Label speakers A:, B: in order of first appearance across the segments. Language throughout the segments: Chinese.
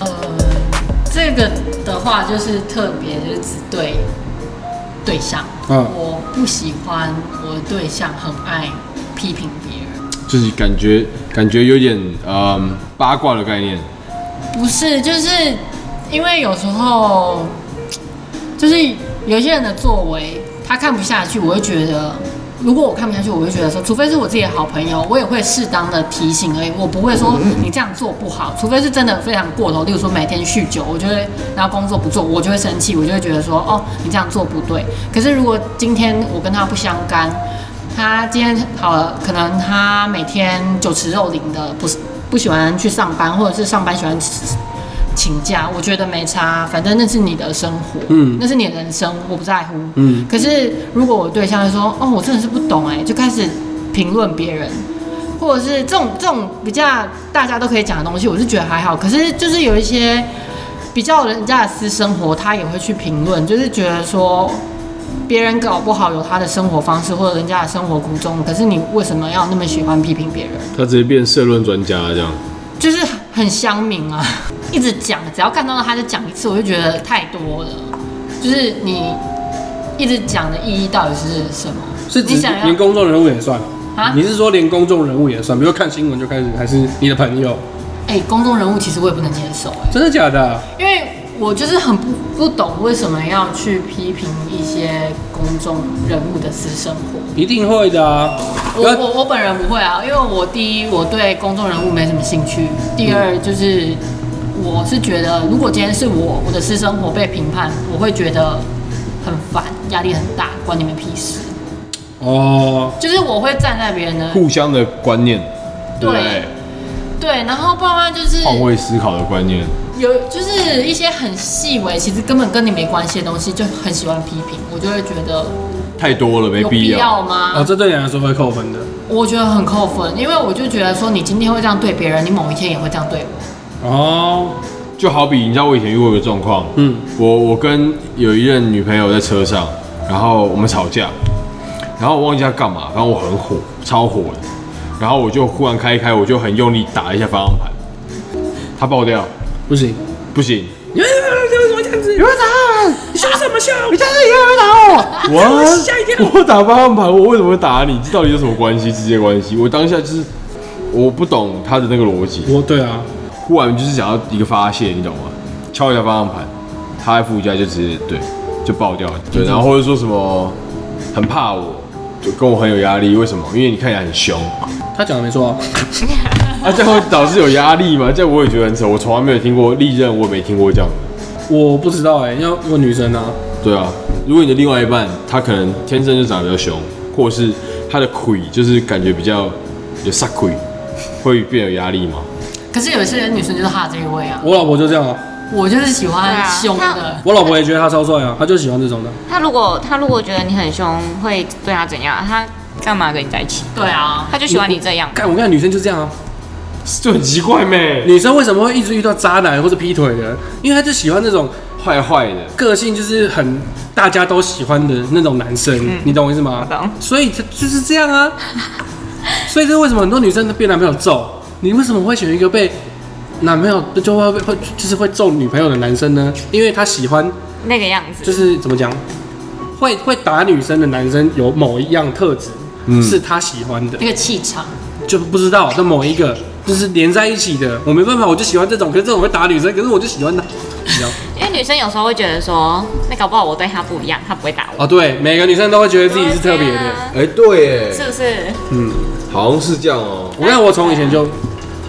A: 呃个的话就是特别，就是只对对象。
B: 嗯
A: 我不喜欢我的对象很爱批评别人，
B: 就是感觉感觉有点嗯八卦的概念，
A: 不是，就是因为有时候就是有些人的作为，他看不下去，我会觉得。如果我看不下去，我会觉得说，除非是我自己的好朋友，我也会适当的提醒而已，我不会说你这样做不好。除非是真的非常过头，例如说每天酗酒，我就会然后工作不做，我就会生气，我就会觉得说，哦，你这样做不对。可是如果今天我跟他不相干，他今天好了，可能他每天酒池肉林的，不是不喜欢去上班，或者是上班喜欢吃请假，我觉得没差，啊反正那是你的生活，
B: 嗯
A: 那是你的人生，我不在乎，
B: 嗯
A: 可是如果我对象就说，哦，我真的是不懂哎，就开始评论别人，或者是这种这种比较大家都可以讲的东西，我是觉得还好。可是就是有一些比较人家的私生活，他也会去评论，就是觉得说别人搞不好有他的生活方式或者人家的生活苦衷，可是你为什么要那么喜欢批评别人？
B: 他直接变社论专家这样。
A: 就是很乡民啊， 一直讲，只要看到他就讲一次，我就觉得太多了。就是你一直讲的意义到底是什么？
C: 是
A: 你
C: 指
A: 想
C: 连
A: 要
C: 公众人物也算
A: 啊
C: 你是说连公众人物也算？比如说看新闻就开始，还是你的朋友？
A: 哎、公众人物其实我也不能接受哎、
C: 真的假的？
A: 因为我就是很不不懂为什么要去批评一些公众人物的私生活。
C: 一定会的啊！
A: 我我我本人不会啊，因为我第一我对公众人物没什么兴趣，第二
B: 嗯
A: 就是我是觉得如果今天是我我的私生活被评判，我会觉得很烦，压力很大，关你们屁事。
C: 哦，
A: 就是我会站在别人的
B: 互相的观念，对不对
A: 对？对，然后爸妈就是
B: 换位思考的观念，
A: 有就是一些很细微，其实根本跟你没关系的东西，就很喜欢批评，我就会觉得
B: 太多了，没
A: 有必
B: 必要。呃
A: 要吗？
C: 哦，这对你来说会扣分的。
A: 我觉得很扣分，因为我就觉得说，你今天会这样对别人，你某一天也会这样对我。
C: 哦，
B: 就好比你知道我以前遇过一个状况，
C: 嗯，
B: 我我跟有一任女朋友在车上，然后我们吵架，然后我忘记她干嘛，反正我很火，超火的，然后我就忽然开一开，我就很用力打了一下方向盘，她爆掉，
C: 不行。
B: 不行，
C: 你为什么这样子？
B: 有人打我，
C: 你说什么笑？你
B: 下次也有人打 我，我
C: 吓一跳
B: 我打方向盘，我为什么会打你？这到底有什么关系？直接关系？我当下就是我不懂他的那个逻辑，
C: 我对啊，
B: 忽然就是想要一个发泄，你懂吗？敲一下方向盘，他在副驾就直接对就爆掉了，对，然后或者说什么很怕我，就跟我很有压力，为什么？因为你看起来很凶，
C: 他讲的没错啊。
B: 啊，这样会导致有压力吗？这样我也觉得很扯，我从来没有听过历任，我也没听过这样的。
C: 我不知道哎、要问女生啊。
B: 对啊，如果你的另外一半他可能天生就长得比较凶，或者是他的腿就是感觉比较有撒腿，会变有压力吗？
A: 可是有些女生就是哈这一位啊，
C: 我老婆就这样啊，
A: 我就是喜
D: 对
A: 欢
D: 啊
A: 凶的
D: 那。
C: 我老婆也觉得他超帅啊，她就喜欢这种的。
D: 他如果他如果觉得你很凶，会对他怎样？他干嘛跟你在一起？
A: 对啊，
D: 他就喜欢你这样。
C: 看我看女生就这样啊，
B: 就很奇怪咩，
C: 女生为什么会一直遇到渣男或者劈腿的？因为她就喜欢那种
B: 坏坏的，
C: 个性就是很大家都喜欢的那种男生，你懂我意思吗？
D: 嗯我懂
C: 所以他就是这样 啊。所以这为什么很多女生被男朋友揍？你为什么会选一个被男朋友就会会就是会揍女朋友的男生呢？因为他喜欢
D: 那个样子，
C: 就是怎么讲，会会打女生的男生有某一样特质、
B: 嗯
C: 是他喜欢的，
A: 那个气场，
C: 就不知道那某一个就是连在一起的。我没办法，我就喜欢这种，可是这种会打女生，可是我就喜欢他。你知道？
D: 因为女生有时候会觉得说，那搞不好我对他不一样，他不会打我，
C: 哦，对，每个女生都会觉得自己是特别的。
B: 哎、对耶，
D: 是不是？
B: 好像是这样哦、
C: 嗯我看我从以前就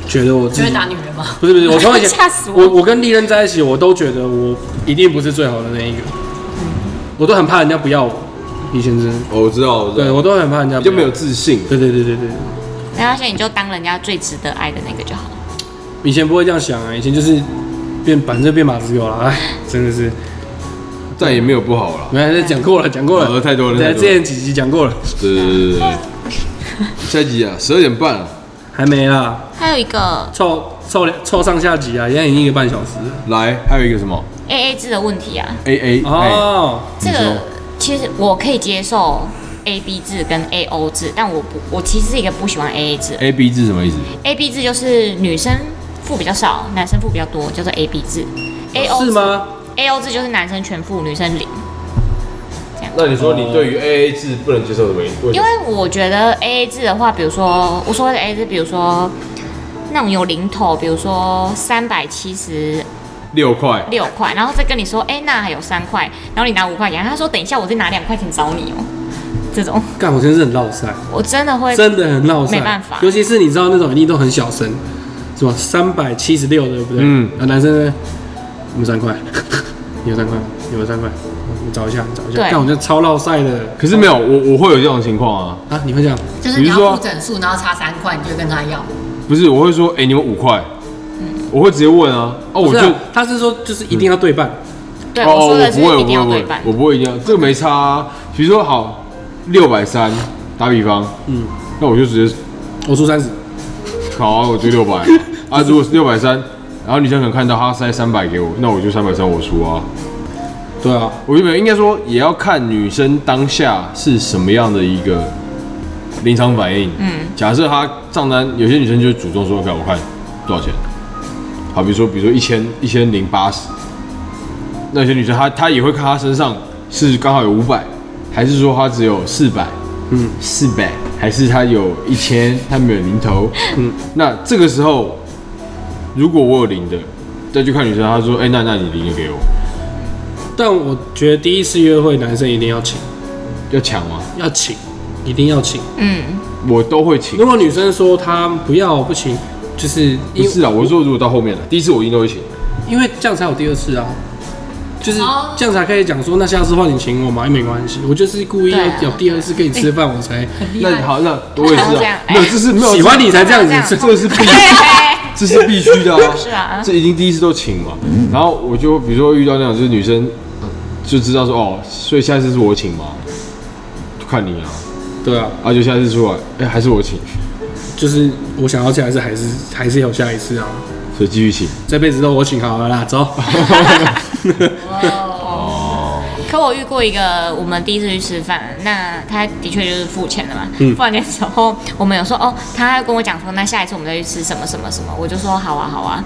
C: 觉得我
A: 就
C: 自
A: 会
C: 己
A: 打女人吗？
C: 不是不是，我从以前
D: 吓死我
C: 我我跟丽人在一起，我都觉得我一定不是最好的那一个，
D: 嗯
C: 我都很怕人家不要我。以前真的，
B: 哦我知道，我知
C: 对
B: 道，
C: 我都很怕人家
B: 比较
C: 不
B: 没
C: 要
B: 有
C: 我。
B: 自信，
C: 对对对对对，
D: 没关系，你就当人家最值得爱的那个就好。
C: 以前不会这样想啊，以前就是变反正变马子狗了，哎，真的是，
B: 但也没有不好啦。
C: 原来是讲过了，讲过
B: 好的
C: 了，
B: 哦太多了太
C: 在
B: 多了
C: 之前几集讲过了，
B: 对对对对对。 下一集啊，十二点半啊
C: 还没啦，
D: 还有一个
C: 凑凑两凑上下集啊，现在已经一个半小时了。
B: 来，还有一个什么
D: A A 制的问题啊，
B: A A 哎
C: 哦，
D: 这
B: 你
D: 个
B: 说
D: 其实我可以接受 A B 制跟 A O 制，但我不，我其实是一个不喜欢 A A 制。
B: A B 是什么意思？
D: A B 制就是女生付比较少，男生付比较多，叫做 A B 制。 A O
C: 是吗？
D: ？A O 制就是男生全付，女生零。
B: 那你说你对于 A A 制不能接受的原因？为什
D: 因
B: 么
D: 为我觉得 A A 制的话，比如说我所谓的 A A 制，比如说那种有零头，比如说三百七十
B: 六块，
D: 六块，然后再跟你说，哎、那还有三块，然后你拿五块给他，他说等一下我再拿两块钱找你哦、这种
C: 干，我真是很闹塞，
D: 我真的会
C: 真的很闹塞，
D: 没办法
C: 尤其是你知道那种一定都很小声，什么三百七十六的，对不对？
B: 嗯
C: 嗯，啊，男生呢，我们三块， 你有三块吗，你有三块，你找一下，你找一下，
D: 对
C: 干，我就超闹塞的
B: 可是没有我我会有这种情况啊，
C: 啊！你会这样，
E: 就是你要付整数，然后差三块，你就跟他要。
B: 不是我会说，哎、你们五块，我会直接问啊，哦，我
C: 不
B: 就是
C: 啊他是说就是一定要对半，
D: 对
B: 哦，
D: 我说的是
B: 不会，
D: 一
B: 我
D: 定
B: 不
D: 要
B: 会
D: 对半，
B: 我不会一定要，这个没差、啊。比如说好，六百三，打比方，
C: 嗯，
B: 那我就直接
C: 我出三十，
B: 好啊，我就六百啊。如果是六百三，然后女生可能看到她塞三百给我，那我就三百三我出啊。
C: 对啊，
B: 我就没有，应该说也要看女生当下是什么样的一个临场反应。
D: 嗯，
B: 假设她账单，有些女生就主动说：“哎看，我看多少钱。”好，比如说，比如说一千一千零八十，那有些女生她她也会看她身上是刚好有五百，还是说她只有四百？
C: 嗯，
B: 四百，还是她有一千，她没有零头？嗯，那这个时候如果我有零的，再去看女生，她说：“哎、那那你零的给我，
C: 但我觉得第一次约会男生一定要请，
B: 要抢吗？”
C: 要请，一定要请。
D: 嗯，
B: 我都会请
C: 如。果女生说她不要不行，就是
B: 不
C: 因
B: 是啊，我是说如果到后面了，第一次我一定都会请。
C: 因为这样才有第二次啊，就是
E: 哦
C: 这样才可以讲说，那下次换你请我嘛，也没关系，我就是故意要
D: 对啊哎
C: 有第二次跟你吃饭，我才
B: 那好，那我也
D: 那
B: 是
D: 这
B: 啊
D: 样，
B: 没有，这是没有
C: 哎喜欢你才这样
D: 这
B: 这。
C: 子
B: 这个是 必，这是必须的啊。
D: 是啊
B: 这一定第一次都请嘛。然后我就比如说遇到那种就是女生，呃就知道说哦，所以下一次是我请嘛，就看你啊。
C: 对啊，
B: 啊，就下一次出来，哎，还是我请，
C: 就是我想要下一次，还是还是有下一次啊，
B: 所以继续请。
C: 这辈子都我请好了 啦，走。
D: 可我遇过一个，我们第一次去吃饭，那他的确就是付钱的嘛。
C: 嗯
D: 付完钱之后，我们有说哦，他还跟我讲说，那下一次我们再去吃什么什么什么，我就说好啊好啊。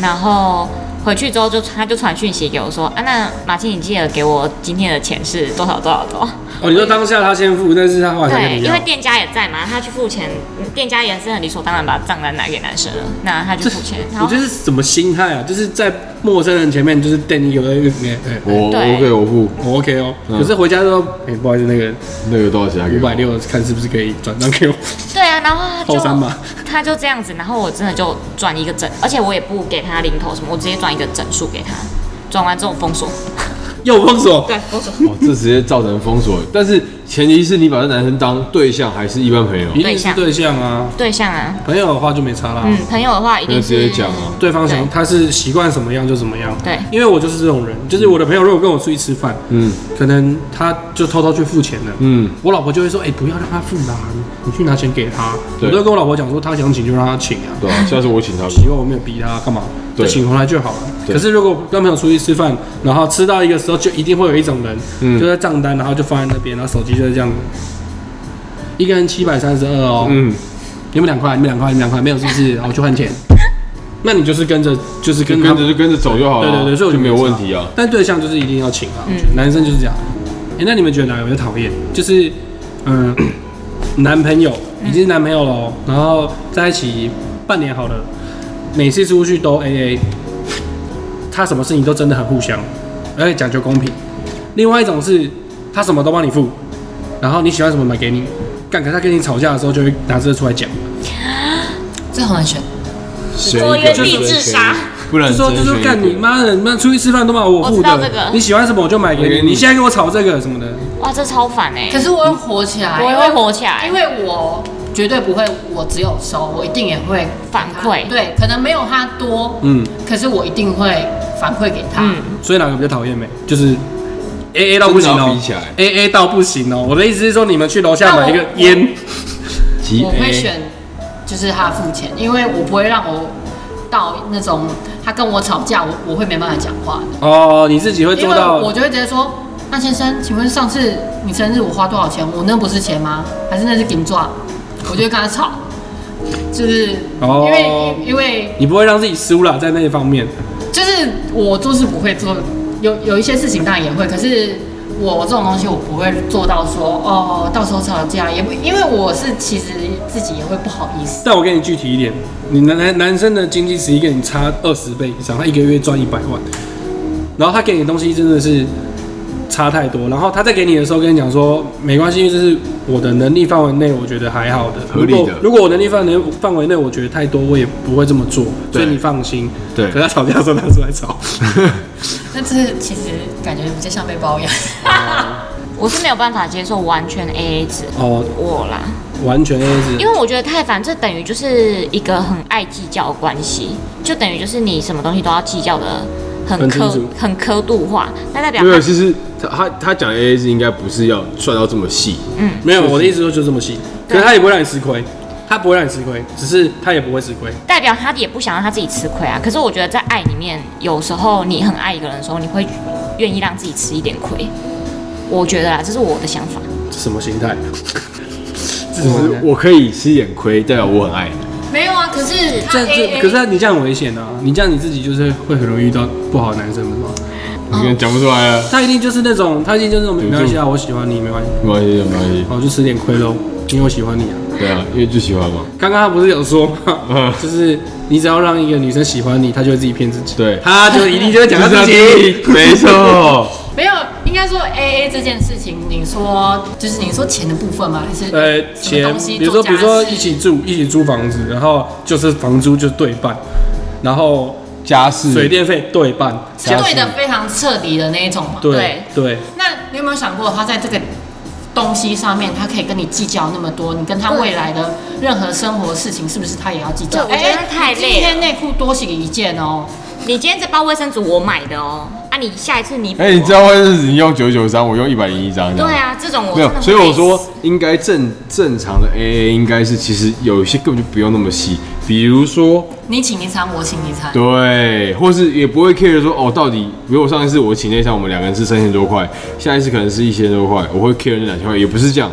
D: 然后回去之后就他就传讯息给我说啊，那马青你记得给我今天的钱是多少多少多少。
C: 哦，你说当下他先付，但是他后来才跟
D: 对，
C: 你
D: 因
C: 要
D: 为，店家也在嘛，他去付钱，店家也是很理所当然把账单拿给男生了，那他就付钱。然
C: 我
D: 后
C: 觉得是什么心态啊？就是在陌生人前面就是瞪一个，哎哎哎
B: 我
D: 对
B: 我给我付
C: 我 OK 哦，
B: 嗯
C: 可是回家之后，哎，不好意思，那个
B: 那个多少钱啊？给
C: 五
B: 我
C: 百。六，看是不是可以转账给我。
D: 对啊，然后他
C: 后三
D: 就
C: 吧
D: 他就这样子，然后我真的就转一个整，而且我也不给他零头什么，我直接转一个整数给他，转完之后封锁，
C: 又封锁，
D: 对，封锁。
B: 哦，这直接造成封锁，但是前提是你把这男生当对象还是一般朋友，
C: 一定是对象啊，
D: 对象啊，
C: 朋友的话就没差啦。
D: 嗯，朋友的话一
B: 那就
D: 定
B: 直接
D: 是
B: 讲啊。
C: 对方想
D: 对
C: 他是习惯什么样就怎么样。
D: 对
C: 因为我就是这种人，就是我的朋友如果跟我出去吃饭，
B: 嗯
C: 可能他就偷偷去付钱了。
B: 嗯，
C: 我老婆就会说：“哎、不要让他付啦，你去拿钱给他。”
B: 对
C: 我都跟我老婆讲说，他想请就让他请啊。
B: 对啊，下次我请他。
C: 奇怪，我没有逼他干嘛，
B: 对
C: 就请回来就好了。
B: 对
C: 可是如果跟朋友出去吃饭，然后吃到一个时候，就一定会有一种人，
B: 嗯
C: 就在账单，然后就放在那边，然后手机就是这样，一个人七百三十二哦，
B: 嗯，
C: 你们两块，你们两块，你们两块，没有是不 是？然哦后去换钱。那你就是跟着，就是
B: 就
C: 跟他
B: 跟着就跟着走就好了
C: 对
B: 啊。
C: 对对，所以我
B: 就
C: 觉得
B: 没有
C: 差
B: 问题啊。。嗯
C: 但对象就是一定要请啊，
D: 嗯
C: 我觉得男生就是这样。哎、那你们觉得哪个比较讨厌？就是嗯， 男朋友已经是男朋友了哦，然后在一起半年好了，每次出去都 A A，他什么事情都真的很互相，而且讲究公平。另外一种是他什么都帮你付，然后你喜欢什么买给你，干可是他跟你吵架的时候就会拿这个出来讲。
E: 这很难选，
B: 谁
D: 做一个励志杀，
B: 不然
C: 就说就说干你！妈的，你妈出去吃饭都把我
D: 我
C: 付
D: 知道
C: 的
D: 这个，
C: 你喜欢什么我就买
B: 我
C: 给
B: 给
C: 你，
B: 你
C: 你现在跟我吵这个什么的，
D: 哇，这超烦哎、
E: 可是我会火起来，
D: 我也会火起来
E: 因为我绝对不会，我只有收，我一定也会
D: 反馈
E: 对，可能没有他多，
C: 嗯，
E: 可是我一定会反馈给他。
D: 嗯，
C: 所以哪个比较讨厌没？就是 A A 到不行
B: 真的要
C: 哦
B: 比起来
C: ，A A 到不行哦。我的意思是说，你们去楼下买一个
E: 那我
C: 烟，
B: 急
E: 我会选就是他付钱，因为我不会让我到那种他跟我吵架，我我会没办法讲话的，
C: 哦，你自己会
E: 因
C: 做
E: 为
C: 到
E: 我就会直接说。那先生，请问上次你生日我花多少钱？我那不是钱吗？还是那是金抓？我就会跟他吵，就是因为、
C: 哦
E: 因为
C: 你不会让自己输了在那一方面。
E: 就是我做事不会做，有有一些事情当然也会，可是我这种东西我不会做到说哦，到时候吵架也不，因为我是其实自己也会不好意思。
C: 但我给你具体一点，你男男男生的经济实力跟你差二十倍以上，他一个月赚一百万，然后他给你的东西真的是差太多，然后他在给你的时候跟你讲说没关系，因为这是我的能力范围内，我觉得还好的，
B: 合理的
C: 如果如果我能力范围范围内我觉得太多，我也不会这么做，所
B: 对
C: 以你放心。
B: 对
C: 可他吵架的时候拿出来吵，
E: 那这其实感觉比较像被包养。
D: 我是没有办法接受完全 AA 制，
C: 哦，
D: 我啦，
C: 完全 A 制
D: 因。为我觉得太烦，这等于就是一个很爱计较的关系，就等于就是你什么东西都要计较的很
C: 很清
D: 苛
C: 楚
D: 很苛度化，那代表
B: 没有，
D: 他
B: 其实他他他讲 A A 制应该不是要算到这么细，
C: 没有，我的意思说就这么细，可
D: 对
C: 是他也不会让你吃亏，他不会让你吃亏，只是他也不会吃亏。
D: 代表他也不想让他自己吃亏啊。可是我觉得在爱里面，有时候你很爱一个人的时候，你会愿意让自己吃一点亏。我觉得啦，这是我的想法。
C: 这什么心态？
B: 就
C: 这什么心
B: 是
C: 态？
B: 我可以吃一点亏，代表我很爱你。
E: 没有啊，可是
A: 哎
E: 他
C: 这样
E: AA
C: 这可是你这样很危险啊！你这样你自己就是会很容易遇到不好的男生，不是吗？
B: 你可能讲不出来啊，
C: 他一定就是那种，他一定就是那种没关系啊，我喜欢你没关系，
B: 没关系，没关系，
C: 我就吃点亏喽，因为我喜欢你啊。
B: 对啊，因为就喜欢嘛。
C: 刚刚他不是有说吗
B: 嗯？
C: 就是你只要让一个女生喜欢你，她就会自己骗自己，
B: 对
C: 她就一定就会讲到自己。
B: 没错，
E: 没有，应该说 A A 这件事情，你说就是你说钱的部分吗？还是
C: 呃，
E: 什么
C: 钱
E: 东，西
C: 比如说
E: 做
C: 比
E: 家
C: 如说
E: 事
C: 一起住一起租房子，然后就是房租就对半，然后
B: 家事
C: 水电费对半，
E: 是对的非常彻底的那一种吗？
C: 对对，
E: 那你有没有想过，他在这个东西上面，他可以跟你计较那么多？你跟他未来的任何生活事情，是不是他也要计较？
D: 对我觉得
E: 哎
D: 太累了
E: 你今天内裤多洗一件哦，
D: 你今天这包卫生纸我买的哦，啊，你下一次你补
B: 哎，你
D: 我
B: 知道卫生纸你用九九张，我用一百零一张，这样
D: 对。啊，这种我
B: 没
D: 真
B: 有
D: 的，会
B: 所以我
D: 累死
B: 说应该正正常的 AA 应该是其实有一些根本就不用那么细，比如说
E: 你请一餐，我请一餐。
B: 对，或是也不会 care 说哦，到底比如我上一次我请那餐我们两个人是三千多块，下一次可能是一千多块，我会 care 那两千块，也不是这样，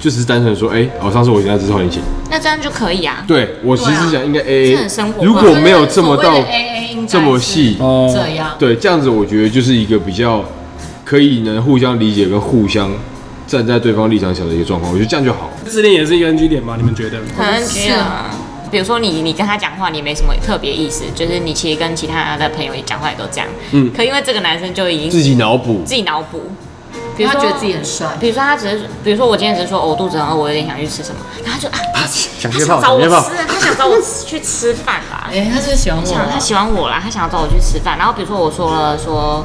B: 就只是单纯说，哎、我、上次我请他之后你请，
D: 那这样就可以啊。
B: 对我其实想应该 A
D: 这很
B: A，
D: 生活化
B: 如果没有这么到
E: 所谓的 AA 应该是
B: 这么细，
C: 哦
E: 这样。
B: 对，这样子我觉得就是一个比较可以能互相理解跟互相站在对方立场想的一个状况，我觉得这样就好。
C: 自恋也是一个 NG 点吧？你们觉得？
D: 可能是啊。比如说你你跟他讲话，你没什么特别意思，就是你其实跟其他的朋友也讲话也都这样。
C: 嗯
D: 可因为这个男生就已经
B: 自己脑补，
D: 自己脑补，比
E: 因
D: 如
E: 为他
D: 说
E: 觉得自己很帅，
D: 比如说他只是，比如说我今天只是说、哦我肚子很饿，我有点想去吃什么，然后他就啊，
C: 想
D: 他想找我吃，啊，他想找我吃去吃饭啦，
E: 哎，他是喜欢
D: 他
E: 我
D: 想他
E: 啊，
D: 喜欢我啦，他想要找我去吃饭。然后比如说我说了说，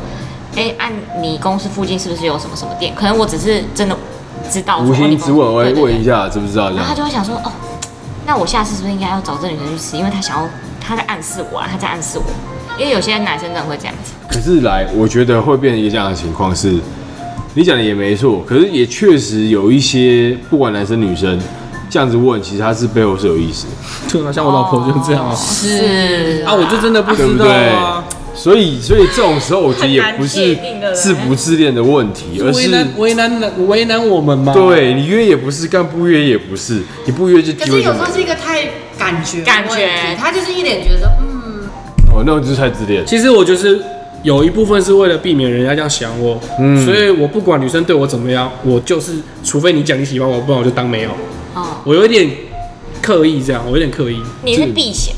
D: 哎、按、你公司附近是不是有什么什么店？可能我只是真的知道，哦
B: 无心之问，我会
D: 对对对
B: 问一下知不知道这
D: 然后
B: 样。
D: 他就会想说，哦，那我下次是不是应该要找这女生去吃？因为他想要，他在暗示我啊，他在暗示我。因为有些男生真的会这样子，
B: 可是来，我觉得会变成一个这样的情况是，你讲的也没错，可是也确实有一些不管男生女生这样子问，其实他是背后是有意思的，
C: 对啊，像我老婆就这样啊。
E: 是
C: 啊，我就真的不
B: 对
C: 知
B: 不
C: 道
B: 对
C: 啊。？
B: 所以，所以这种时候我觉得也不
D: 很难界
B: 是
D: 定对不对
B: 自不自恋的问题，而
C: 为
B: 是
C: 难为难为难我们嘛？
B: 对你约也不是，干不约也不是，你不约就
E: 可
B: 机
E: 是
B: 会就
E: 有
B: 没
E: 时
B: 了
E: 候是一个太感觉
D: 感
E: 问
D: 觉
E: 题他就是一脸觉得嗯，
B: 哦，那种就是太自恋。
C: 其实我就是有一部分是为了避免人家这样想我，
B: 嗯
C: 所以我不管女生对我怎么样，我就是除非你讲你喜欢我，不然我就当没有。
D: 哦，
C: 我有一点刻意这样，我有点刻意，
D: 你是避嫌，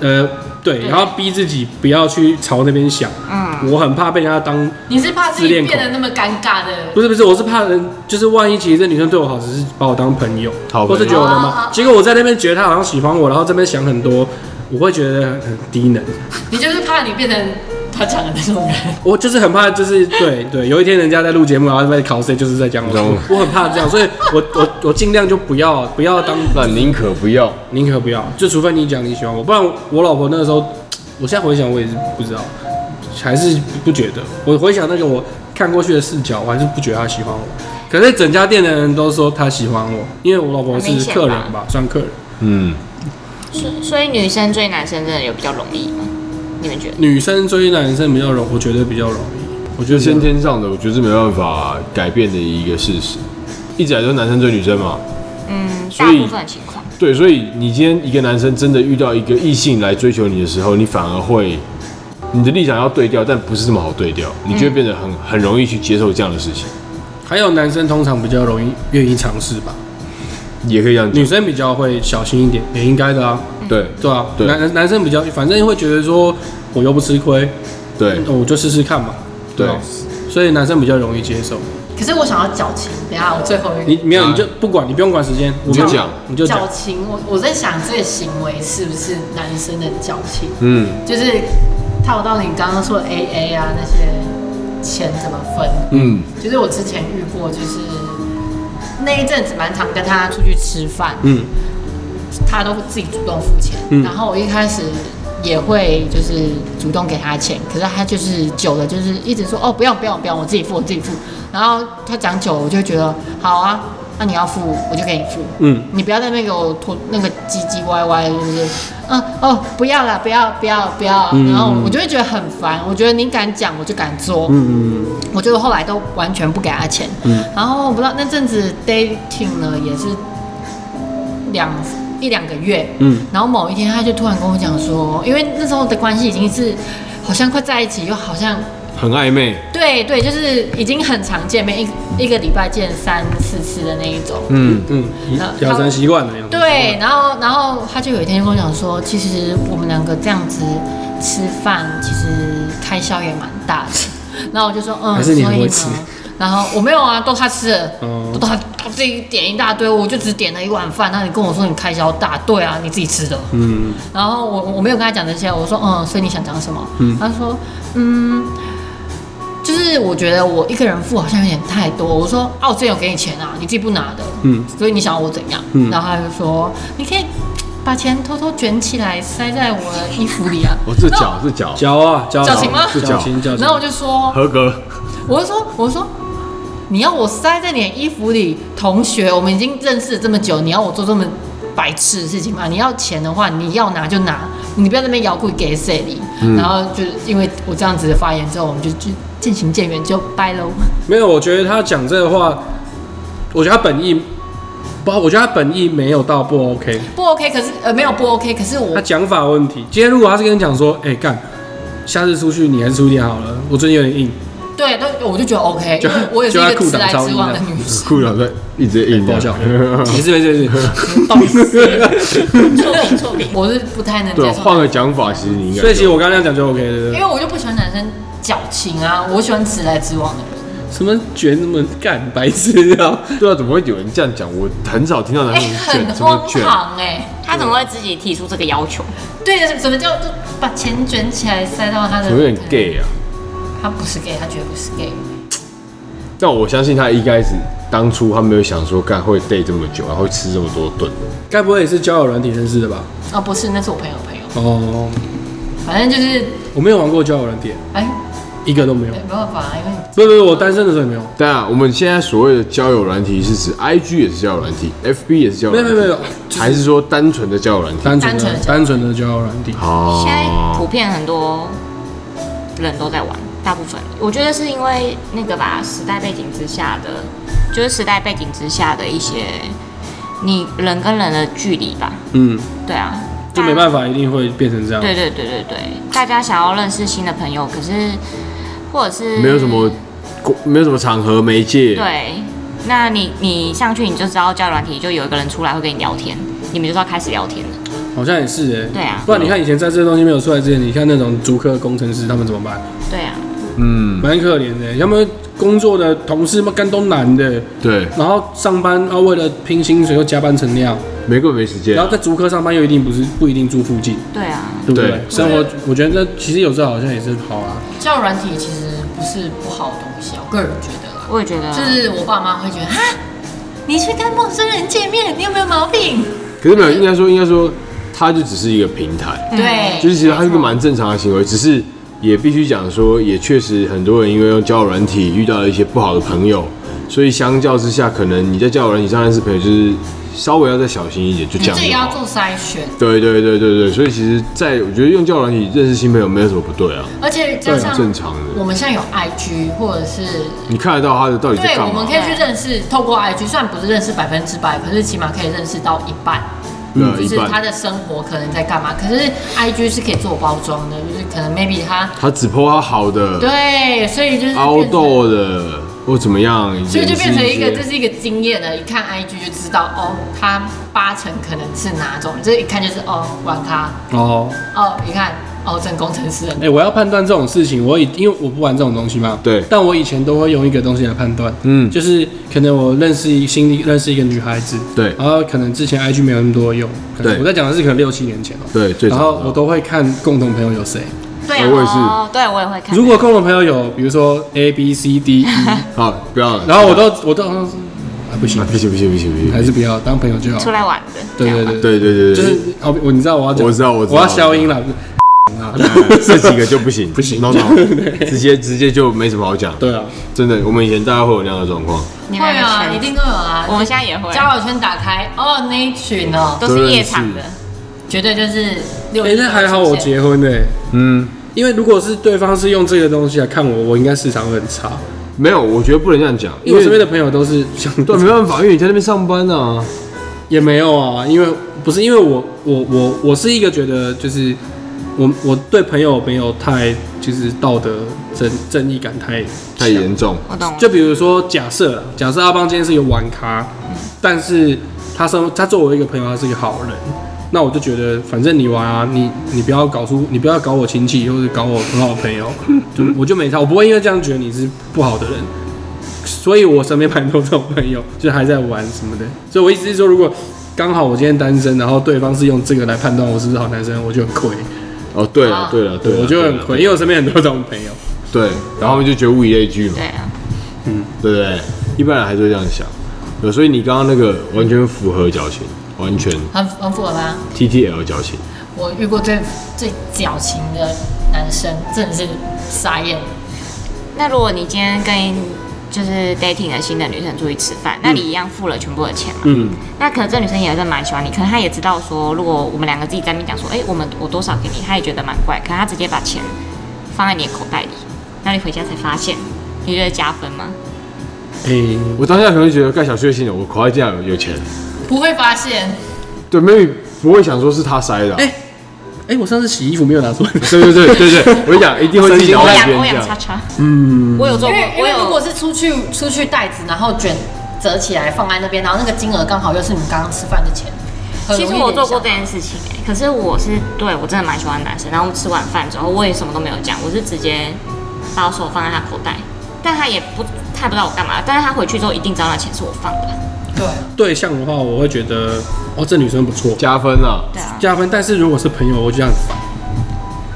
C: 呃，对，
D: 对
C: 然后逼自己不要去朝那边想。
D: 嗯，
C: 我很怕被人家当，
E: 你是怕自
C: 自
E: 己
C: 恋
E: 变得
C: 狂
E: 那么尴尬的，
C: 不是不是，我是怕人，就是万一其实这女生对我好，只是把我当朋友，
B: 好
C: 或是觉得我的嘛
E: 哦，
C: 结果我在那边觉得她好像喜欢我，然后这边想很多，我会觉得很很低能。
E: 你就是怕你变成他讲的那种人。
C: 我就是很怕，就是对对，有一天人家在录节目，然后在考试，就是在讲
B: 懂
C: 我，我很怕这样，所以我我我尽量就不要不要当，
B: 那宁可不要，
C: 宁可不要，就除非你讲你喜欢我，不然我老婆那个时候，我现在回想我也是不知道，还是不觉得，我回想那个我看过去的视角，我还是不觉得她喜欢我，可是整家店的人都说她喜欢我，因为我老婆
D: 很明
C: 是
D: 显吧
C: 客人哦吧，算客人，
B: 嗯，
D: 所以所以女生追男生真的有比较容易吗？你们觉得？
C: 女生追男生比较容，我觉得比较容易，我觉
B: 就
C: 得
B: 先天上的，我觉得是没办法改变的一个事实。一直以来都是男生追女生嘛，
D: 嗯，
B: 所
D: 大
B: 以
D: 部分的情况，
B: 对，所以你今天一个男生真的遇到一个异性来追求你的时候，你反而会你的立场要对调，但不是这么好对调，你就会变得很很容易去接受这样的事情，
C: 还有男生通常比较容易愿意尝试吧，
B: 也可以这样
C: 女
B: 讲。
C: 生比较会小心一点，也应该的啊，
B: 对
C: 对啊，
B: 对
C: 男男生比较，反正会觉得说我又不吃亏，
B: 对
C: 那我就试试看嘛，
B: 对
C: 啊，所以男生比较容易接受。
A: 可是我想要矫情，等一下我最后一个。
C: 你没有
B: 啊
C: 你就不管，你不用管时间，
B: 你就讲
C: 你就
A: 矫
C: 讲，
A: 情，我我在想这个行为是不是男生的矫情，
B: 嗯，
A: 就是套到你刚刚说的 AA 啊那些钱怎么分？
B: 嗯，
A: 就是我之前遇过，就是那一阵子蛮常跟他出去吃饭，
C: 嗯，
A: 他都自己主动付钱，
C: 嗯
A: 然后我一开始。也会就是主动给他钱，可是他就是久了就是一直说哦不用不用不用，我自己付我自己付。然后他讲久了，我就会觉得好啊，那你要付我就给你付，
C: 嗯，
A: 你不要在那边给我拖那个唧唧歪歪，就是，嗯哦，不要啦，不要不要不要，然后我就会觉得很烦。我觉得你敢讲，我就敢做。
C: 嗯嗯
A: 我就后来都完全不给他钱。
C: 嗯
A: 然后我不知道那阵子 dating 呢，也是两一两个月，
C: 嗯
A: 然后某一天他就突然跟我讲说，因为那时候的关系已经是好像快在一起，又好像
B: 很暧昧，
A: 对对，就是已经很常见面，一一个礼拜见三四次的那一种。
B: 嗯，
C: 嗯
A: 那，
C: 养成习惯了，养成习惯了
A: 对，，然后然后他就有一天就跟我讲说，其实我们两个这样子吃饭，其实开销也蛮大的。 然后我就说，嗯，
C: 还
A: 所
C: 是
A: 以
C: 你很
A: 呢
C: 会吃，
A: 然后我没有啊，都他吃的，
C: 哦
A: 都他他自己点一大堆，我就只点了一碗饭。那你跟我说你开销大，对啊，你自己吃的。
C: 嗯
A: 然后我我没有跟他讲这些，我说嗯，所以你想讲什么？他说嗯，就是我觉得我一个人付好像有点太多。我说啊，我之前有给你钱啊，你自己不拿的，
C: 嗯
A: 所以你想要我怎样？
C: 嗯
A: 然后他就说你可以把钱偷偷卷起来塞在我的衣服里啊。
B: 我这脚这脚
C: 矫啊矫，
A: 矫情吗
C: 矫情矫情，
A: 然后我就说，
B: 合 格，
A: 我就说，我就说。你要我塞在你的衣服里，同学，我们已经认识了这么久，你要我做这么白痴的事情吗？你要钱的话，你要拿就拿，你不要在那边摇滚给谁你。然后就是因为我这样子的发言之后，我们就就渐行渐远，就掰喽。
C: 没有，我觉得他讲这个话，我觉得他本意不，我觉得他本意没有到不 OK，
A: 不 OK，可是呃没有不 OK，可是我
C: 他讲法问题。今天如果他是跟你讲说，哎、干，下次出去你还是出一点好了，我最近有点硬，
A: 对，那我就觉得 OK，因
C: 就
A: 为我也是一
C: 就
A: 个
C: 要裤
A: 直
C: 裆
A: 来
C: 超
A: 直
C: 硬
A: 往
C: 的
A: 的女生，
B: 裤脚在一直硬
C: 不好笑， 没事没事 没事。
A: 懂事
D: 错评错评，
A: 我是不太能
B: 对，啊
A: 接受。
B: 换个讲法，其实你应该
C: 所以其实我刚刚那样讲就 OK 了对不
A: 因
C: 对。
A: 为我就不喜欢男生矫情啊，我喜欢直来直往的人。
C: 什么卷那么干白痴啊？
B: 对啊，怎么会有人这样讲？我很少听到男
A: 哎、
B: 生
A: 很
B: 卷，怎么
A: 荒
B: 卷？
A: 唐哎、
D: 他怎么会自己提出这个要求？
A: 对，什么叫就把钱卷起来塞到他的？
C: 嗯
B: 有点 gay 啊。
A: 他不是 gay，他绝对不是 gay。
B: 但我相信他一开始当初他没有想说干会 day 这么久，啊然后会吃这么多顿。
C: 该不会也是交友软体认识的吧？
A: 哦，不是，那是我朋友的朋友。
C: 哦，
A: 反正就是，
C: 我没有玩过交友软体，
A: 哎，
C: 一个都没有
A: 没。办法，因为
C: 不不不，我单身的时候也没有。
B: 当然、我们现在所谓的交友软体是指 IG 也是交友软体，FB 也是交友
C: 没
B: 软体，
C: 有没有没有，
B: 还是说单纯的交友软体？
C: 单纯
A: 单纯
C: 的
A: 的
C: 单纯的交友软体。
B: 哦
D: 现在普遍很多人都在玩，大部分我觉得是因为那个吧，时代背景之下的，就是时代背景之下的一些你人跟人的距离吧，
C: 嗯，
D: 对啊，
C: 就没
D: 大
C: 办法，一定会变成这样。
D: 对对对对对，大家想要认识新的朋友，可是或者是
B: 没有什么，没有什么场合媒介，
D: 对，那你你上去你就知道交友软体就有一个人出来会跟你聊天，你们就知道开始聊天了。
C: 好像也是哎、
D: 对啊
C: 不然你看以前在这些东西没有出来之前，你看那种足科工程师他们怎么办？
D: 对啊，
B: 嗯，
C: 蛮可怜的、欸他们工作的同事们干都男的，
B: 对，
C: 然后上班啊为了拼薪水又加班成那样，
B: 没个没时间
C: 然后在足科上班又一定不是不一定住附近，
D: 对啊，
C: 对不对？
B: 对
C: 生活我觉得其实有时候好像也是好啊，
A: 交友软体其实不是不好的东西啊，我个人觉得啦。
D: 我也觉得
A: 就是我爸妈会觉得，哈，你去跟陌生人见面，你有没有毛病？
B: 可是没有，应该说应该说，它就只是一个平台，
D: 嗯
A: 对
B: 就是其实它是一个蛮正常的行为，只是也必须讲说，也确实很多人因为用交友软体遇到了一些不好的朋友，所以相较之下，可能你在交友软体上认识朋友，就是稍微要再小心一点，就
A: 你
B: 这样
A: 自己
B: 就
A: 要
B: 好
A: 做
B: 了。
A: 筛选，
B: 对对对对对，所以其实在我觉得用交友软体认识新朋友没有什么不对啊，
A: 而且加上
B: 对正常的
A: 我们现在有 IG 或者是。
B: 你看得到他的到底在
A: 对，
B: 干
A: 我们
B: 嘛
A: 可。以去认识，透过 IG，虽然不是认识百分之百，可是起码可以认识到一半。嗯
B: 的
A: 就
B: 啊一
A: 是他
B: 半。
A: 的生活可能在干嘛。可是 I G 是可以做包装的，就是可能 maybe 他
B: 他只剖他好的，
A: 对，所以就是
B: 凹
A: 变成
B: 痘的或怎么样，
A: 所以就变成一个，
B: 也
A: 这
B: 是
A: 是一个经验了。一看 IG 就知道，哦，他八成可能是哪种，这一看就是哦，玩咖，
C: 哦，
A: 哦，你看，哦，整工程师，
C: 哎、我要判断这种事情，我以因为我不玩这种东西嘛，
B: 对
C: 但我以前都会用一个东西来判断，
B: 嗯
C: 就是可能我认识一心里认识一个女孩子，
B: 对
C: 然后可能之前 IG 没有那么多用，可能
B: 对
C: 我在讲的是可能六七年前哦、
B: 对最早
C: 然
B: 的
C: 后我都会看共同朋友有谁，
D: 对
B: 我也是
D: 哦，对我也会看。
C: 如果共同朋友有比如说 A B C D E，
B: 好，不要了。
C: 然后我都我都啊不行
B: 啊，，不行啊不行不行不行，
C: 还是不要当朋友就好
D: 出，来玩的，
C: 对
D: 这样
C: 对
D: 吧
B: 对
C: 对
B: 对对对，
C: 就是哦我你知道我要讲，
B: 我知道我知道
C: 要 消音了，啊
B: 哎 这几个就不行，
C: 不行
B: ，no no，直接直接就没什么好讲。
C: 对啊，
B: 真的，我们以前大家会有那样的状况，
D: 你
A: 会
D: 们有
A: 啊，
D: 圈
A: 一定都有啊。
D: 我们现在也会，
A: 交友圈打开，哦，那一群哦，
D: 都是夜场的，
A: 绝对就是六。
C: 哎、那还好我结婚呢、欸
B: 嗯，
C: 因为如果是对方是用这个东西来看我，我应该市场会很差，
B: 没有，我觉得不能这样讲，
C: 因为我身边的朋友都是像
B: 对，没办法，因为你在那边上班啊，
C: 也没有啊，因为不是因为我我我我是一个觉得就是我我对朋友没有太就是道德正正义感太
B: 太严重，
D: 我懂了。
C: 就比如说假设啦，假设阿邦今天是一个玩咖，
B: 嗯
C: 但是他身他作为一个朋友，他是一个好人，那我就觉得反正你玩啊，你你不要搞出你不要搞我亲戚，或者搞我很好的朋友，就我就没差，我不会因为这样觉得你是不好的人。所以我身边蛮多这种朋友，就还在玩什么的。所以我意思是说，如果刚好我今天单身，然后对方是用这个来判断我是不是好男生，我就很亏，
B: 哦，对了对了对
C: 对，
B: 了，
C: 我就
B: 对啊
C: 很
B: 了
C: 亏，因为我身边很多这种朋友。
B: 对，然后他们就觉得物以类聚嘛，
D: 对啊，
B: 对不对？一般人还是会这样想，对所以你刚刚那个完全符合矫情，完全
A: 很很符合吧？
B: T T L 矫情，
A: 我遇过最最矫情的男生，真的是傻眼。
D: 那如果你今天跟就是 dating 的新的女生出去吃饭，那你一样付了全部的钱嘛？
C: 嗯，
D: 那可能这女生也是蛮喜欢你，可能她也知道说，如果我们两个自己在那边讲说，哎、我们我多少给你，她也觉得蛮怪，可她直接把钱放在你的口袋里，那你回家才发现，你觉得加分吗？
C: 诶、
B: 我当下可能会觉得盖小确幸了，我口袋竟然有有钱，
A: 不会发现，
B: 对，maybe 不会想说是他塞的啊、
C: 哎哎、我上次洗衣服没有拿出来。
B: 对对对对对，我跟你讲，一定会自己
C: 神经
B: 脑
D: 欧
B: 袋
D: 阳
B: 边
D: 欧
B: 这
D: 阳
B: 样
D: 叉。叉，
C: 嗯，
D: 我有做
A: 因
D: 过
A: 为，因
D: 我
A: 为如果
D: 有
A: 是出去出去袋子，然后卷折起来放在那边，然后那个金额刚好又是你刚刚吃饭的钱，很
D: 其实
A: 容易
D: 我
A: 联
D: 做过
A: 想
D: 这件事情、欸，可是我是对我真的蛮喜欢男生，然后吃完饭之后我也什么都没有讲，我是直接把我手放在他口袋，但他也不他也不知道我干嘛，但是他回去之后一定知道那钱是我放的，
A: 对，
C: 对象的话，我会觉得哦，这女生不错，
B: 加分了、
D: 对啊，
C: 加分。但是如果是朋友，我就这样烦，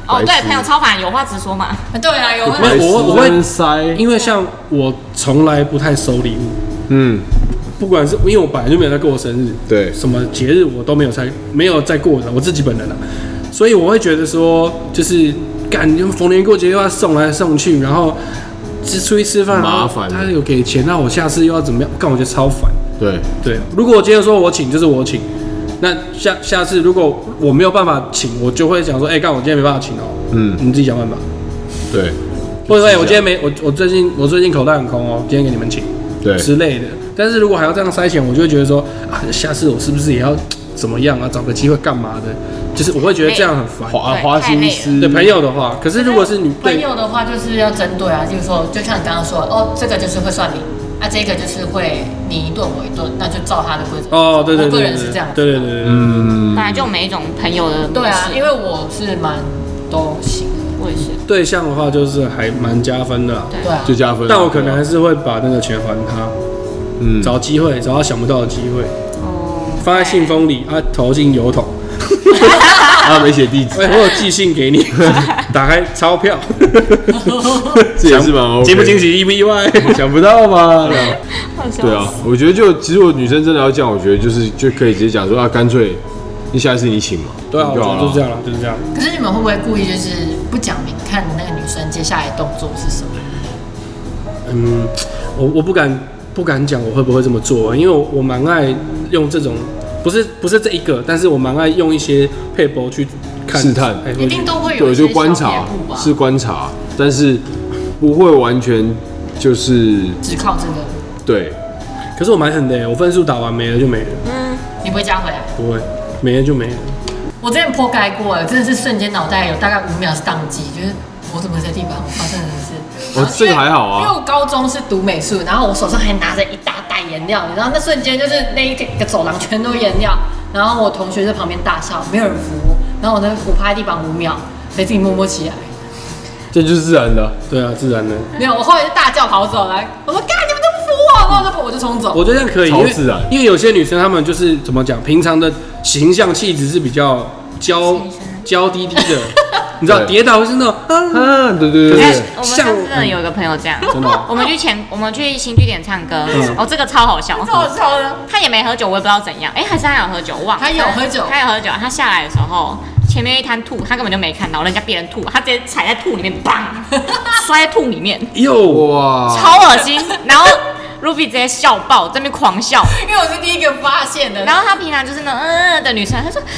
D: 哦
B: 白
D: 对，
B: 痴
D: 朋友超烦，有话直说
C: 嗯
D: 嘛，
A: 对啊，有
C: 我会我会
B: 真哎塞，
C: 因为像我从来不太收礼物，
B: 嗯，
C: 不管是因为我本来就没有在过我生日，
B: 对
C: 什么节日我都没有在没有在过的，我自己本人啊，所以我会觉得说，就是感觉逢年过节又要送来送去，然后只出去吃饭，然后
B: 麻烦
C: 他有给钱，那我下次又要怎么样？干我觉得超烦。
B: 对，
C: 对，如果我今天说我请，就是我请。那下下次如果我没有办法请，我就会想说，哎、干我今天没办法请哦，
B: 嗯，
C: 你自己想办法。
B: 对
C: 或
B: 自
C: 者
B: 己
C: 哎，
B: 想
C: 我今天没我我最近我最近口袋很空哦，今天给你们请
B: 对，
C: 之类的。但是如果还要这样塞钱，我就会觉得说啊，下次我是不是也要怎么样啊，找个机会干嘛的？就是我会觉得这样很烦。
B: 花啊
D: 对
B: 花
D: 太累
B: 心思，
D: 了
C: 对朋友的话，可是如果是你
A: 朋
C: 对
A: 友的话，就是要针对啊，就是说，就像你刚刚说，哦，这个就是会算命，啊，这个就是会你一顿我一顿，那就照他的规则。
C: 哦，对对
A: 我
C: 对
A: 个
C: 对
A: 人是这样，
C: 对对对对对，
B: 嗯
D: 本来就每一种朋友的模式
A: 对啊，因为我是蛮都行的，
D: 我也是，
C: 对象的话就是还蛮加分的啊、
D: 对
A: 对啊
B: 就，加分了，
C: 但我可能还是会把那个钱还他，
B: 嗯
C: 找机会，找他想不到的机会。
D: 哦，
C: 放在信封里啊，投进邮筒。
B: 他没写地址，
C: 哎、我有寄信 给你，打开钞票，
B: 这也是蛮 OK，
C: 惊不惊？喜，意不意外？
B: 想不到吧？
D: 好笑
B: 对啊，我觉得就其实我女生真的要这样，我觉得就是就可以直接讲说啊，干脆你下一次你请嘛，
C: 对啊，我
B: 就
C: 觉
B: 好了
C: 得就是这样了，就是这样。
A: 可是你们会不会故意就是不讲明，看那个女生接下来动作是什么？
C: 嗯，我我不敢不敢讲我会不会这么做，因为我我蛮爱用这种，不是不是这一个，但是我蛮爱用一些配博去看
B: 试探
C: 哎
A: 一定都会有
B: 对，
A: 一
B: 就
A: 些
B: 观
A: 小
B: 察
A: 撇步吧，
B: 是观察，但是不会完全就是
A: 只靠这个，
B: 对，
C: 可是我蛮狠的耶，我分数打完没了就没了，
D: 嗯，
A: 你不会加回来。
C: 不会。没了就没了。
A: 我之前破盖过，哎，真的是瞬间脑袋有大概五秒是宕机，就是我怎么会在地板，我发生了什么事。
B: 哦
A: 然后因
B: 这
A: 为
B: 个还好啊
A: 因为我高中是读美术，然后我手上还拿着一大袋颜料，你知道那瞬间就是那一个走廊全都颜料，然后我同学在旁边大笑，没有人扶我，然后我在我趴在地板五秒，才自己摸摸起来。
B: 这就是自然的。
C: 对啊，自然的，
A: 没有，我后来就大叫跑走来，我说干你们都不扶我，然后我就我就冲走。
C: 我觉得这样可以，因
B: 哦超
C: 为
B: 自然
C: 因为有些女生她们就是怎么讲，平常的形象气质是比较娇娇滴滴 的，你知道
B: 对
C: 跌倒会是那种啊，
B: 啊，对对
C: 对
D: 哎
C: 对
D: 我们上
C: 像
D: 次真的有一个朋友这样，
C: 真的哦
D: 我们去前我们去新据点唱歌
C: 嗯，
D: 哦，这个超好笑，
A: 超超的，
D: 他也没喝酒，我也不知道怎样。哎、还是他有喝酒，我忘了。
A: 他有喝酒
D: 他有喝酒。他下来的时候，前面一滩吐，他根本就没看到，人家别人吐，他直接踩在吐里面， 砰，摔在吐里面，
C: 哟，
A: 哦
B: 哇，
D: 超恶心。然后 Ruby 直接笑爆，这边狂笑。
A: 因为我是第一个发现的。
D: 然后他平常就是那种嗯、呃、的女生，她说啊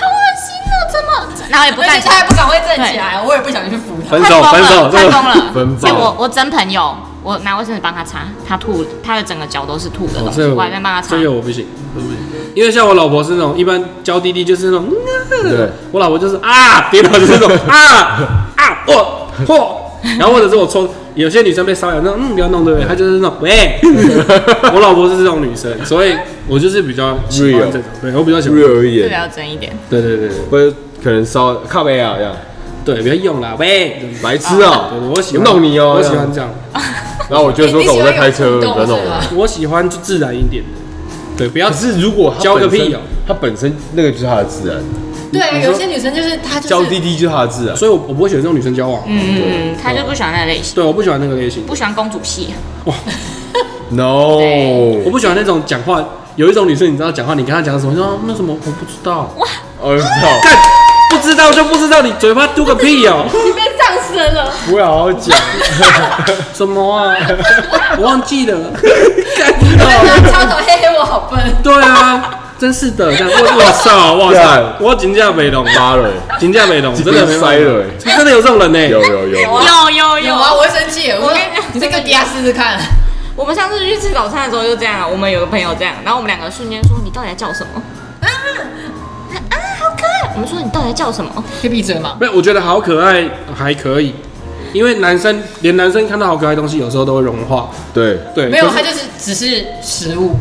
D: 好恶心哦，怎么？然后也 不
A: 而
D: 敢
A: 且他也不敢会站起来，我也不想去扶他。
C: 分手
D: 快
C: 分手
D: 疯了，快疯 了，
B: 分手
D: 哎我我真朋友，我拿卫生纸帮他擦，他吐，他的整个脚都是吐的
C: 哦
D: 东西，
C: 这个
D: 我
C: 我
D: 还在帮他擦
C: 这。个我不行，我不行，因为像我老婆是那种一般娇滴滴就是那种，
B: 对，
C: 我老婆就是啊跌倒就是那种啊啊我嚯，然后或者是我冲，有些女生被骚扰那种嗯不要弄对不对？她就是那种 喂，我老婆是这种女生，所以我就是比较喜欢
B: Real
C: 这种，对我比较喜欢，
B: real 一
D: 这个
B: 点，
D: 要真啊一点，
C: 对啊对对对
B: 或者可能烧靠背啊这样，
C: 对，不要用啦喂，对
B: 白痴啊
C: 对，我喜欢
B: 弄你哦，
C: 我
B: 这
C: 喜
B: 样
C: 欢这样，
B: 然后我就说
A: 你你喜
B: 狗
A: 欢
B: 在开车，
A: 有
B: 不
A: 互动
B: 要弄
A: 是
B: 我
A: 吧。
C: 我喜欢就自然一点的，对，不要
B: 可是如果他
C: 交个
B: 本身
C: 屁哦
B: 他本身那个就是他的自然，
A: 对，有些女生就是她就是
B: 娇滴滴就是他的自然。
C: 所以我我不会选这种女生交往。哦
D: 嗯，他就不喜欢那个类型。
C: 对，我不喜欢那个类型，
D: 不喜欢公主戏，
B: No，
C: 我不喜欢那种讲话。有一种女生，你知道讲话，你跟她讲什么，你说啊那什么我不知道，
B: 我操，
C: 干不知道就不知道，你嘴巴嘟个屁哦、
A: 你被上身了，
B: 不要好好讲，
C: 什么啊？我忘记 了。干
A: 被他敲走，嘿嘿，我好笨。
C: 对啊，真是的，这 样我我操，我操
B: 干，
C: 我金价北龙吧，
B: 妈了，
C: 欸金价北龙，真的没办法
B: 啊
C: 哎
B: 塞了欸
C: 真的有这种人呢、
B: 有有有，
D: 有有
A: 有啊，我会生气。我
D: 我
A: 说
D: 跟你讲
A: 你这个底下试试看。
D: 我们上次去吃早餐的时候就这样啊，我们有个朋友这样，然后我们两个瞬间说你到底在叫什么？啊啊，好可爱！我们说你到底在叫什么？
A: 可以闭嘴吗？
C: 没有，我觉得好可爱，还可以，因为男生连男生看到好可爱的东西，有时候都会融化。
B: 对，
C: 对，
A: 没有，
C: 可
A: 他
C: 是
A: 就是只是食物。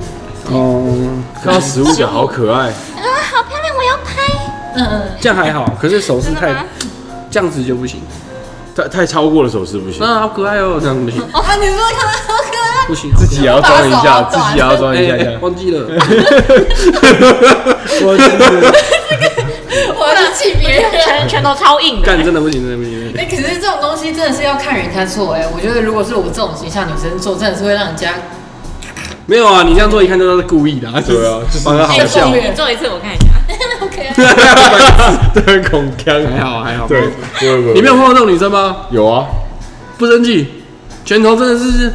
C: 哦，
B: 看到食 物感好可爱，
D: 啊，好漂亮，我要拍。
A: 嗯嗯，
C: 这样还好，可是手势
D: 真的
C: 太
D: 吗
C: 这样子就不行。
B: 太太超过了手势不行，
C: 啊，好可爱哦，这样不行，
A: 哦，
D: 啊
A: 你说看到好可爱。
C: 不行，
B: 自己也要装一下，
A: 把手
B: 自
A: 好短
B: 己也要装一下，
C: 哎哎忘 记了。
B: 我真的
A: 我要去气别人。
D: 拳拳头超硬的，
C: 干真的不行，真的不行。真的 不行
A: 哎、可是这种东西真的是要看人家做哎、我觉得如果是我这种形象女生做，真的是会让人家
C: 没有啊，你这样做一看就知道是故意的、啊，
B: 对啊就是
C: 反而好笑。
A: 哎
D: 你做一次我看一下。
A: 好可爱。
B: 对恐腔，
C: 还好还好
B: 对，不会不会
C: 你没有碰到这种女生吗？
B: 有啊，
C: 不生气，拳头真的是，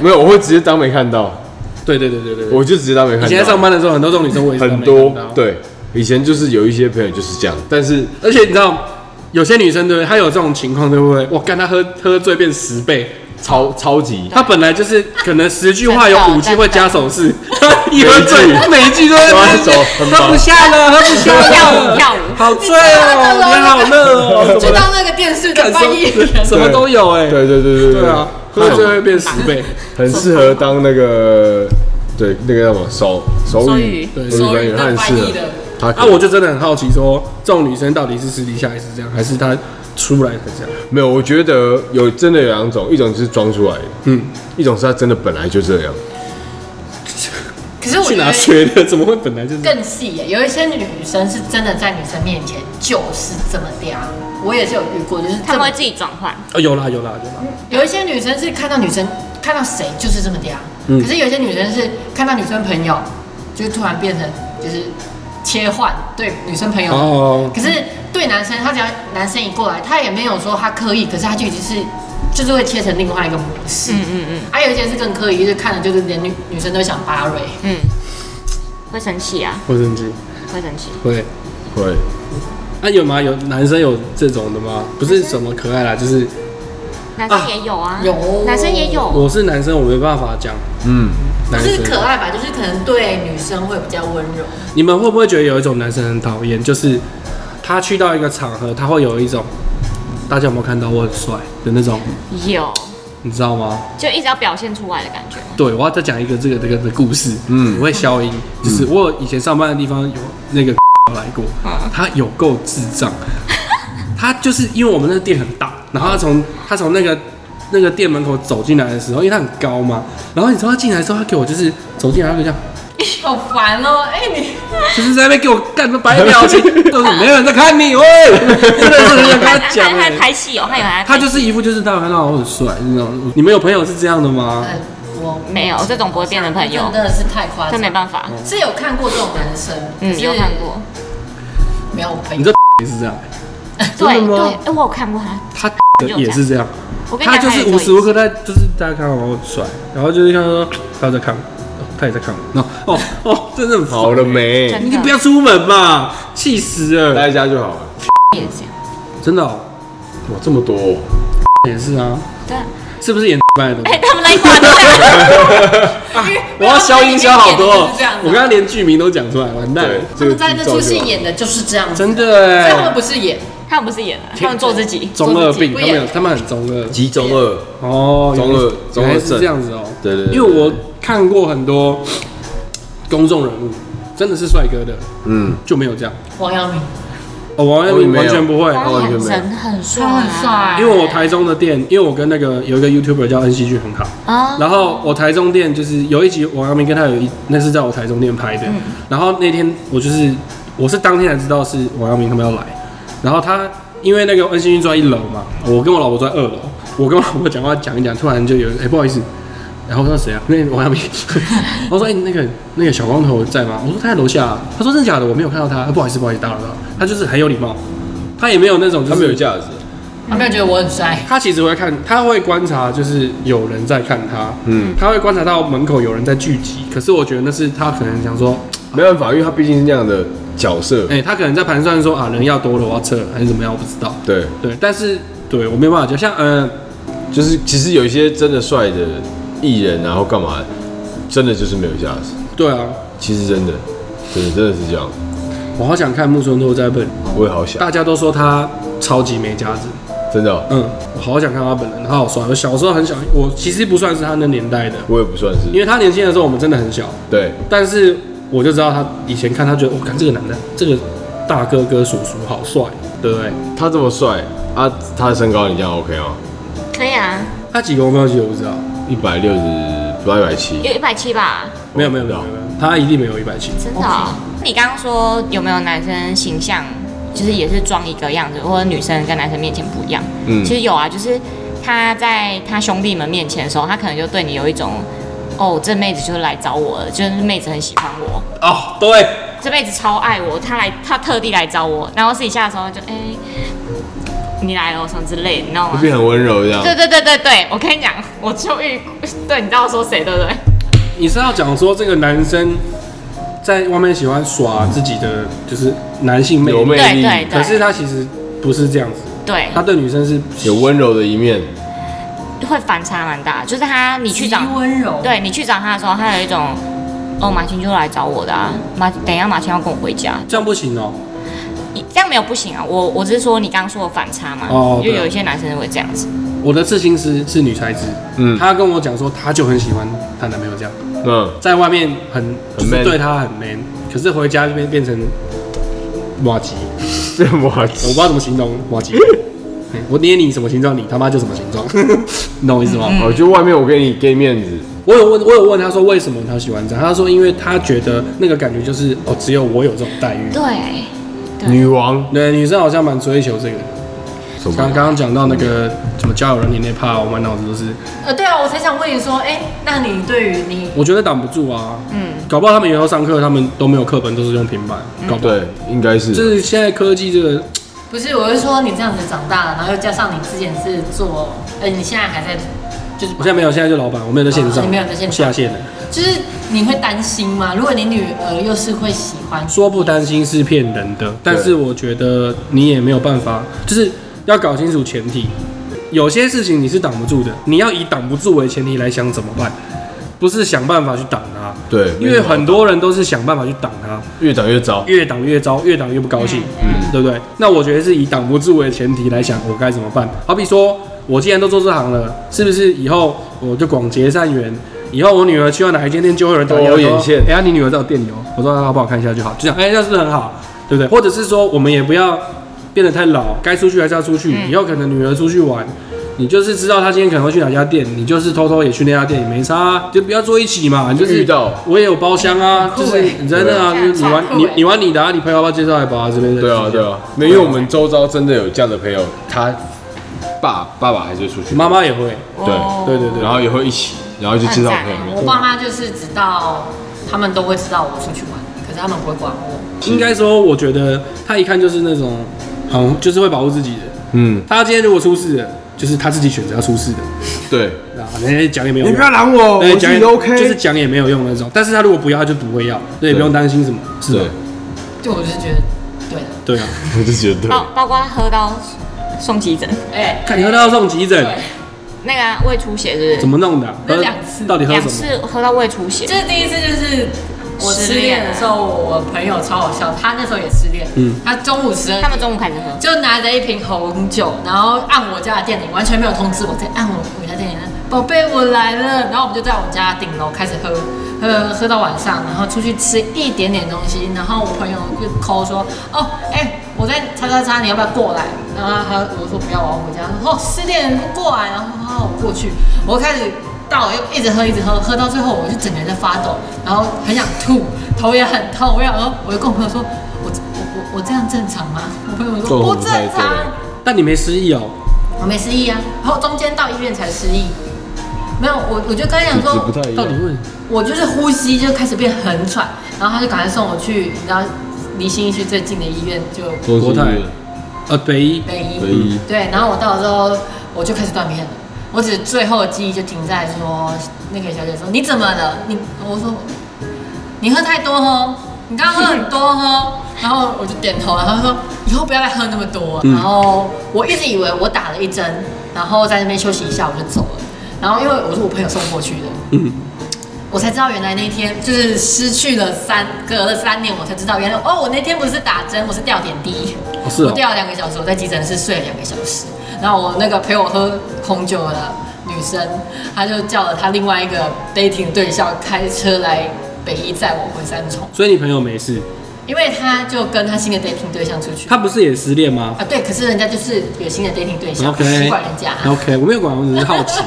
B: 没有，我会直接当没看到，
C: 对对对对对。
B: 我就直接当没
C: 以
B: 看
C: 前在上
B: 到，
C: 班的时候，很多这种女生我也是
B: 很
C: 都
B: 多
C: 没看到，
B: 对，以前就是有一些朋友就是这样，但是
C: 而且你知道，有些女生对不对？她有这种情况对不对？我干她喝喝醉变十倍，
B: 超超级
C: 她本来就是可能十句话有
D: 真的
C: 五句会加手势，她一喝醉
B: 每一句
C: 每一句都在
B: 都
C: 那
B: 在
C: 边
B: 手很忙
C: 喝不下了，喝不下
D: 跳舞
C: 了，
D: 跳舞
C: 好醉哦，天好热 哦，
A: 就当那个电视的
C: 干什
A: 翻译人，
C: 么什么都有哎，
B: 对对对对
C: 对啊，喝醉会变十倍。
B: 很适合当那个对那个叫什么手手
D: 手
B: 语
D: 语
B: 对
C: 手
B: 手
A: 语
B: 语，他很适
A: 那
B: 合
A: 翻译的
B: 他可
C: 啊，我就真的很好奇说这种女生到底是私底下也是这样，还是她出来才这样？
B: 没有，我觉得有真的有两种，一种是装出来的，
C: 嗯，
B: 一种是他真的本来就这样。
A: 可是我
C: 去
A: 觉
C: 哪
A: 得
C: 学的？怎么会本来就是？
A: 更细耶、有一些女生是真的在女生面前就是这么嗲，我也是有遇过，就是这
D: 他们
A: 么
D: 会自己转换，
C: 哦，有啦有啦有啦，
A: 有一些女生是看到女生看到谁就是这么嗲，
C: 嗯
A: 可是有一些女生是看到女生朋友就突然变成就是切换对女生朋友，
C: 哦
A: 可是对男生他只要男生一过来，他也没有说他刻意，可是他就已经是就是会切成另外一个模式。
D: 嗯嗯嗯
A: 还、有一些是更刻意，就是看了就是连女女生都想扒蕊。
D: 嗯，会生气啊，
C: 会生气，
D: 会生气。
C: 会。
B: 会，
C: 啊，有吗？有男生有这种的吗？不是什么可爱啦，就是
D: 男生也有啊，
A: 有
D: 男生也有，
C: 我是男生，我没办法讲
B: 嗯，
C: 男
F: 不是
C: 生。
F: 可爱吧，就是可能对女生会比较温柔。
C: 你们会不会觉得有一种男生很讨厌，就是他去到一个场合，他会有一种大家有没有看到我很帅的那种，
D: 有，
C: 你知道吗？
D: 就一直要表现出来的感觉。
C: 对，我要再讲一个这个这个的故事。
B: 嗯
C: 嗯，我会消音，就是我以前上班的地方有那个来过，他有够智障。 他就是因为我们那个店很大，然后他从他从那个那个店门口走进来的时候，因为他很高嘛，然后你知道他进来之后，他给我就是走进来他就这样，
A: 好烦哦！哎、你
C: 就是在那边给我干个白表情，就是没有人在看你喂， 真的是很想跟他
D: 他
C: 讲
D: 他
C: 哎、
D: 还拍戏哦，他有还
C: 他就是一副就是大家看到我很帅那种。你们有朋友是这样的吗？
F: 哎
A: 呃，我
F: 嗯
D: 没有这种不会变的朋友
A: 哎真，的是太夸
D: 这
A: 张，
D: 没办法。
A: 是有看过这种男生，
D: 嗯，有看，过，
A: 没有我朋
C: 你
A: 友
C: 这也是这样，
D: 对
C: 真的吗
D: 对，哎，我有看过他。
C: 他也是这样。
D: 我跟你
C: 他
D: 讲，
C: 就是
D: 还有
C: 无
D: 一
C: 时
D: 个
C: 无刻在，就是大家看我很帅，然后就是像说他有在看我，哦他也在看我，然后哦 哦，真的很烦
B: 好了，没？
D: 真
C: 你就
D: 的
C: 不要出门嘛，气死 了！
B: 待在家就好了。
D: 也是这样。
C: 真的、哦，
B: 哇，这么多哦、
C: 也是啊，
D: 对啊，
C: 是不是演班的东西
D: 哎，他们来管他。
C: 我要消音消好多哦
A: 是这样，子
C: 我刚刚连剧名都讲出来，完蛋了，
B: 对，
A: 他
B: 这个
A: 们在那
B: 剧照
A: 出
B: 就
A: 戏
B: 好
A: 演的就是这样子，
C: 真的
A: 但他们
C: 哎，
A: 不是演，
D: 他们不是演的，他们做自己。
C: 中二病，
A: 不
C: 他
A: 演
C: 们有，他们很中二，
B: 集中二，
C: 哦，
B: 中二中
C: 原来
B: 二
C: 是
B: 症
C: 这样子哦，
B: 对对对
C: 因为我看过很多公众人物，真的是帅哥的
B: 嗯，
C: 就没有这样，
A: 王阳明，
C: 哦，王阳
B: 哦你
C: 明
B: 没有
C: 完全不会，
B: 完全没有
D: 人很帅，
A: 他很帅
C: 因为我台中的店，因为我跟那个有一个 YouTuber 叫恩熙俊很好，
D: 啊，
C: 然后我台中店就是有一集王阳明跟他有一那是在我台中店拍的，然后那天我就是我是当天才知道是王阳明他们要来，然后他因为那个恩熙俊住在一楼嘛，我跟我老婆住在二楼，我跟我老婆讲话讲一讲，突然就有人哎、不好意思。然后我说谁啊？那个王阳明，我说哎、那个那个小光头在吗？我说他在楼下、啊。他说真的假的？我没有看到他。啊不好意思不好意思打扰到。他就是很有礼貌，他也没有那种就
B: 他
C: 是
B: 没有价值，
F: 嗯
A: 他没有觉得我很帅，
C: 他其实会看，他会观察，就是有人在看他，
B: 嗯，
C: 他会观察到门口有人在聚集。可是我觉得那是他可能想说，
B: 没办法，因为他毕竟是那样的角色，
C: 哎、他可能在盘算说啊，人要多了，我要撤还是怎么样，我不知道。
B: 对，
C: 对，但是对我没有办法讲，像嗯、
B: 就是其实有一些真的帅的艺人，然后干嘛，真的就是没有价值，
C: 对啊，
B: 其实真的，真的真的是这样，
C: 我好想看木村拓哉本人，
B: 我也好想，
C: 大家都说他超级没价值，
B: 真的哦、
C: 嗯，我好想看他本人，他好帅。我小时候很小，我其实不算是他那年代的，
B: 我也不算
C: 因
B: 是，
C: 为他年轻的时候我们真的很小，
B: 对，
C: 但是我就知道他以前看他觉得，我、看这个男的，这个大哥哥叔叔好帅，对不对？
B: 他这么帅啊，他的身高你这样 OK 吗？
D: 可以啊，
C: 他几公分？其实我不知道，
B: 一百六十不到一百七，
D: 有一百七吧，
C: 没有没有没有没有，他一定没有一百七。
D: 真的哦、你刚刚说有没有男生形象，就是也是装一个样子，或者女生跟男生面前不一样？
B: 嗯
D: 其实有啊，就是他在他兄弟们面前的时候，他可能就对你有一种，哦，这妹子就是来找我了，就是妹子很喜欢我，
C: 哦，对，
D: 这妹子超爱我，她来她特地来找我，然后私底下的时候就哎、你来了什么之类的，你知道
B: 会
D: 吗？
B: 变很温柔这样，
D: 对对对对对，我跟你讲，我就遇， 对，你知道我说谁对不对？
C: 你是要讲说这个男生在外面喜欢耍自己的就是男性魅
B: 有
C: 力，
B: 魅力，
D: 对对
C: 可是他其实不是这样子，
D: 对，
C: 他对女生是
B: 有温柔的一面，
D: 会反差蛮大，就是他你去找
A: 极温柔，
D: 对你去找他的时候，他有一种，哦，马青就来找我的啊，马等一下马青要跟我回家，
C: 这样不行哦、
D: 你这样没有不行啊，我我只是说你刚刚说的反差嘛，
C: 哦
D: 就
C: 对啊
D: 有一些男生会这样子，
C: 我的刺青师是女才子，
B: 嗯
C: 她跟我讲说，她就很喜欢她男朋友这样，
B: 嗯，
C: 在外面很就
B: 很
C: 是
B: man
C: 对她很 man，可是回家就变变成瓦吉，
B: 这么
C: 我不知道怎么形容 瓦吉。嘿我捏你什么形状，你他妈就什么形状， 你懂我意思吗？
B: 哦，就外面我给你给你面子，
C: 我有问，我有问他说为什么他喜欢这样，他说因为他觉得那个感觉就是哦，只有我有这种待遇。
D: 对，对
B: 女王，
C: 对，女生好像蛮追求这个的。
B: 什么
C: 刚刚刚讲到那个什么交友软件那怕，我满脑子都是，
A: 呃，对啊，我才想问你说，哎、那你对于你
C: 我觉得挡不住啊。
D: 嗯，
C: 搞不好他们以后上课，他们都没有课本，都是用平板。搞不好，
B: 对，应该
C: 就是是现在科技这个，
A: 不是，我是说你这样子长大了，然后又加上你之前是做，呃，你现在还在，就是
C: 我现在没有，现在就老板，我没有在线
A: 哦
C: 上，
A: 你没有在线上
C: 下线了。
A: 就是你会担心吗？如果你女儿又是会喜欢，
C: 说不担心是骗人的，但是我觉得你也没有办法，就是要搞清楚前提。有些事情你是挡不住的，你要以挡不住为前提来想怎么办。不是想办法去挡他，
B: 对，
C: 因为很多人都是想办法去挡他，
B: 越长越糟，
C: 越挡越糟，越挡越不高兴，
B: 嗯
C: 对不对？那我觉得是以挡不住为前提来想，我该怎么办？好比说，我既然都做这行了，是不是以后我就广结善缘？以后我女儿去到哪一间店，就会有人打电话
B: 多眼
C: 说
B: 线：“
C: 哎呀，你女儿在我店里哦。”我说：“好不好看一下就好。”就这样，哎，这样是不是很好？对不对？或者是说，我们也不要变得太老，该出去还是要出去。以后可能女儿出去玩，你就是知道她今天可能会去哪家店，你就是偷偷也去那家店也没差、啊，就不要坐一起嘛。你就是
B: 遇到
C: 我也有包厢啊，
A: 酷
C: 就是
A: 欸
C: 你在那啊，就是你玩你你玩你的啊，你朋友要不要介绍来吧之类的。
B: 对啊，对啊，没有，因为我们周遭真的有这样的朋友，他爸爸爸还是出去，
C: 妈妈也会，
B: 对
C: 对对对，
B: 然后也会一起，然后就介绍
D: 很赞
B: 朋友
D: 欸
B: 们。
A: 我爸妈就是直到他们都会知道我出去玩，可是他们不会管我。
C: 应该说，我觉得他一看就是那种，嗯，就是会保护自己的。
B: 嗯，
C: 他今天如果出事了，就是他自己选择要出事的，
B: 对，
C: 啊，那些讲也没有用。
B: 拦我
C: 对讲也就是讲也没有用那种。但是他如果不要，他就不会要，那也不用担心什么，是吧
B: 对，？
A: 就我就是觉得，对的，
C: 对啊，
B: 我就觉得
D: 包包括喝到送急诊，
A: 哎、
C: 看你喝到送急诊，
D: 那个、啊、胃出血是
C: 怎
D: 不
C: 么弄的啊？喝
A: 那两次
C: 到底
D: 是？
C: 喝什
D: 两
C: 么？
D: 次喝到胃出血
A: 这，是第一次，就是我失恋啊的时候，我朋友超好笑，他那时候也失恋，
C: 嗯
A: 他中午十二
D: 他们
A: 点
D: 中午开始喝，
A: 就拿着一瓶红酒，然后按我家的电铃，完全没有通知我，在按我我家电铃，宝贝我来了，然后我们就在我家顶楼开始喝，喝喝到晚上，然后出去吃一点点东西，然后我朋友就 call 说，哦，哎、我在叉叉叉，你要不要过来？然后他我说不要，我要回家。他说哦，失恋不过来，然后他我过去，我开始到又一直喝一直喝，喝到最后我就整个人在发抖，然后很想吐，头也很痛，我想说，我就跟我朋友说。我我我我这样正常吗？我朋友说不正常，
C: 但你没失忆哦，
A: 我没失忆啊。然后中间到医院才失忆，没有我我就跟他讲
B: 体质不
A: 说，
B: 太一
C: 到底
B: 样。
C: 问
A: 我就是呼吸就开始变很喘，然后他就赶快送我去，然后离新义区最近的医院就
B: 都是
C: 国泰呃北医
A: 北医。
B: 唯
C: 嗯
B: 一
A: 对，然后我到了之后我就开始断片了。我只最后的记忆就停在说，那个小姐说你怎么了？你我说你喝太多哦，你刚刚喝很多哦。然后我就点头，然后她说以后不要再喝那么多。啊
C: 嗯
A: 然后我一直以为我打了一针，然后在那边休息一下我就走了。然后因为我是我朋友送过去的，
C: 嗯，
A: 我才知道原来那天就是失去了三，隔了三年我才知道原来哦，我那天不是打针，我是吊点滴。
C: 哦是
A: 我
C: 哦，
A: 掉了两个小时，我在急诊室睡了两个小时。然后我那个陪我喝红酒的女生，她就叫了她另外一个 dating 对象开车来北一载我回三重，
C: 所以你朋友没事，
A: 因为她就跟她新的 dating 对象出去。
C: 他不是也失恋吗
A: 啊，对，可是人家就是有新的 dating 对象，不
C: ？OK
A: 管人家，
C: OK，我没有管，我只是 好奇。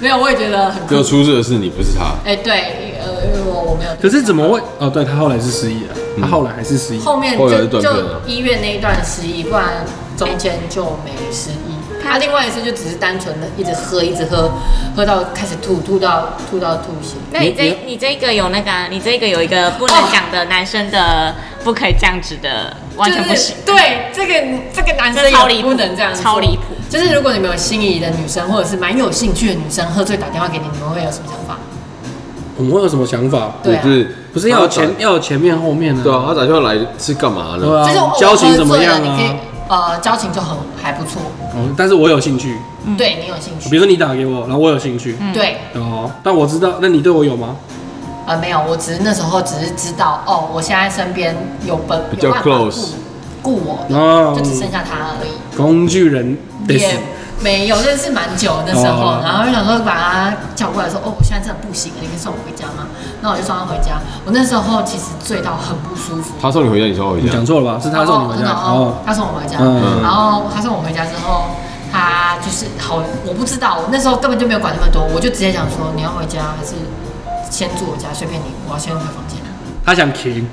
A: 没有，我也觉得很
B: 要
A: 酷。
B: 出事的是你，不是他。
A: 哎，对，呃，因为我我没有。
C: 可是怎么会？哦，对他后来是失忆了，嗯他后来还是失忆。
A: 后面
B: 后来
A: 就是就
B: 断片
C: 啊
B: 了
A: 医院那一段失忆，不然中间就没失忆。他、另外一次就只是单纯的一直喝，一直喝，喝到开始吐，吐到吐到吐血。
D: 那你
C: 你
D: 这你这个有那个、啊，你这个有一个不能讲的男生的不可以这样子的，完全不行。
A: 就是对，这个这个男生
D: 这超离
A: 也
D: 谱
A: 不能这样做，
D: 超离谱
A: 就是如果你们有心仪的女生，或者是蛮有兴趣的女生，喝醉打电话给你，你们会有什么想法？
C: 我们会有什么想法？
A: 对啊
B: 就是
C: 不是要有前要有前面后面呢？
B: 对啊，他打电话来是干嘛
C: 对
B: 呢？
C: 啊，
A: 就是我
C: 交情怎么样
A: 我喝醉了你
C: 啊
A: 可以？呃，交情就很还不错，
C: 哦，但是我有兴趣，
D: 嗯
A: 对你有兴趣？
C: 比如说你打给我，然后我有兴趣，
A: 对，
C: 哦，但我知道，那你对我有吗？
A: 呃，没有，我只是那时候只是知道，哦，我现在身边有本
B: 比较
A: 有办法
B: close
A: 顾顾我的，
C: 哦
A: 就只剩下他而已，
C: 工具人得死
A: 也没有认识蛮久那时候
C: 哦，
A: 然后就想说把他叫过来说，哦，我现在真的不行了，你可以送我回家吗？那我就送他回家。我那时候其实醉到很不舒服，
B: 他送你回家，你送我回
C: 你
B: 家
C: 讲。错了吧？是他送你回家
A: 然后
C: 哦，
A: 他送我回家，
C: 嗯
A: 然后他送我回家之后，他就是好，我不知道，我那时候根本就没有管那么多，我就直接讲说你要回家还是先住我家，随便你，我要先回房间。
C: 哦他 想停，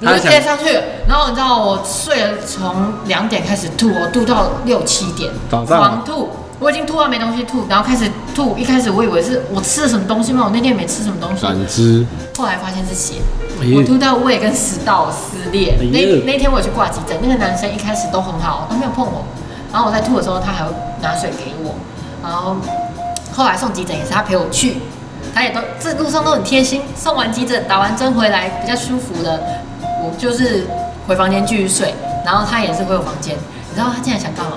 A: 我
C: 他
A: 就直接
C: 想
A: 上去，然后你知道我睡了从两点开始吐，我吐到六七点，
C: 早上
A: 狂吐，我已经吐到没东西吐，然后开始吐，一开始我以为是我吃了什么东西吗？我那天也没吃什么东西，
B: 感知
A: 后来发现是血，
C: 哎呀
A: 我吐到胃跟食道撕裂。
C: 哎呀
A: 那那天我有去挂急诊，那个男生一开始都很好，都没有碰我，然后我在吐的时候，他还会拿水给我，然后后来送急诊也是他陪我去，他也都这路上都很贴心，送完急诊打完针回来比较舒服的，我就是回房间继续睡，然后他也是回我房间，你知道他竟然想干嘛吗？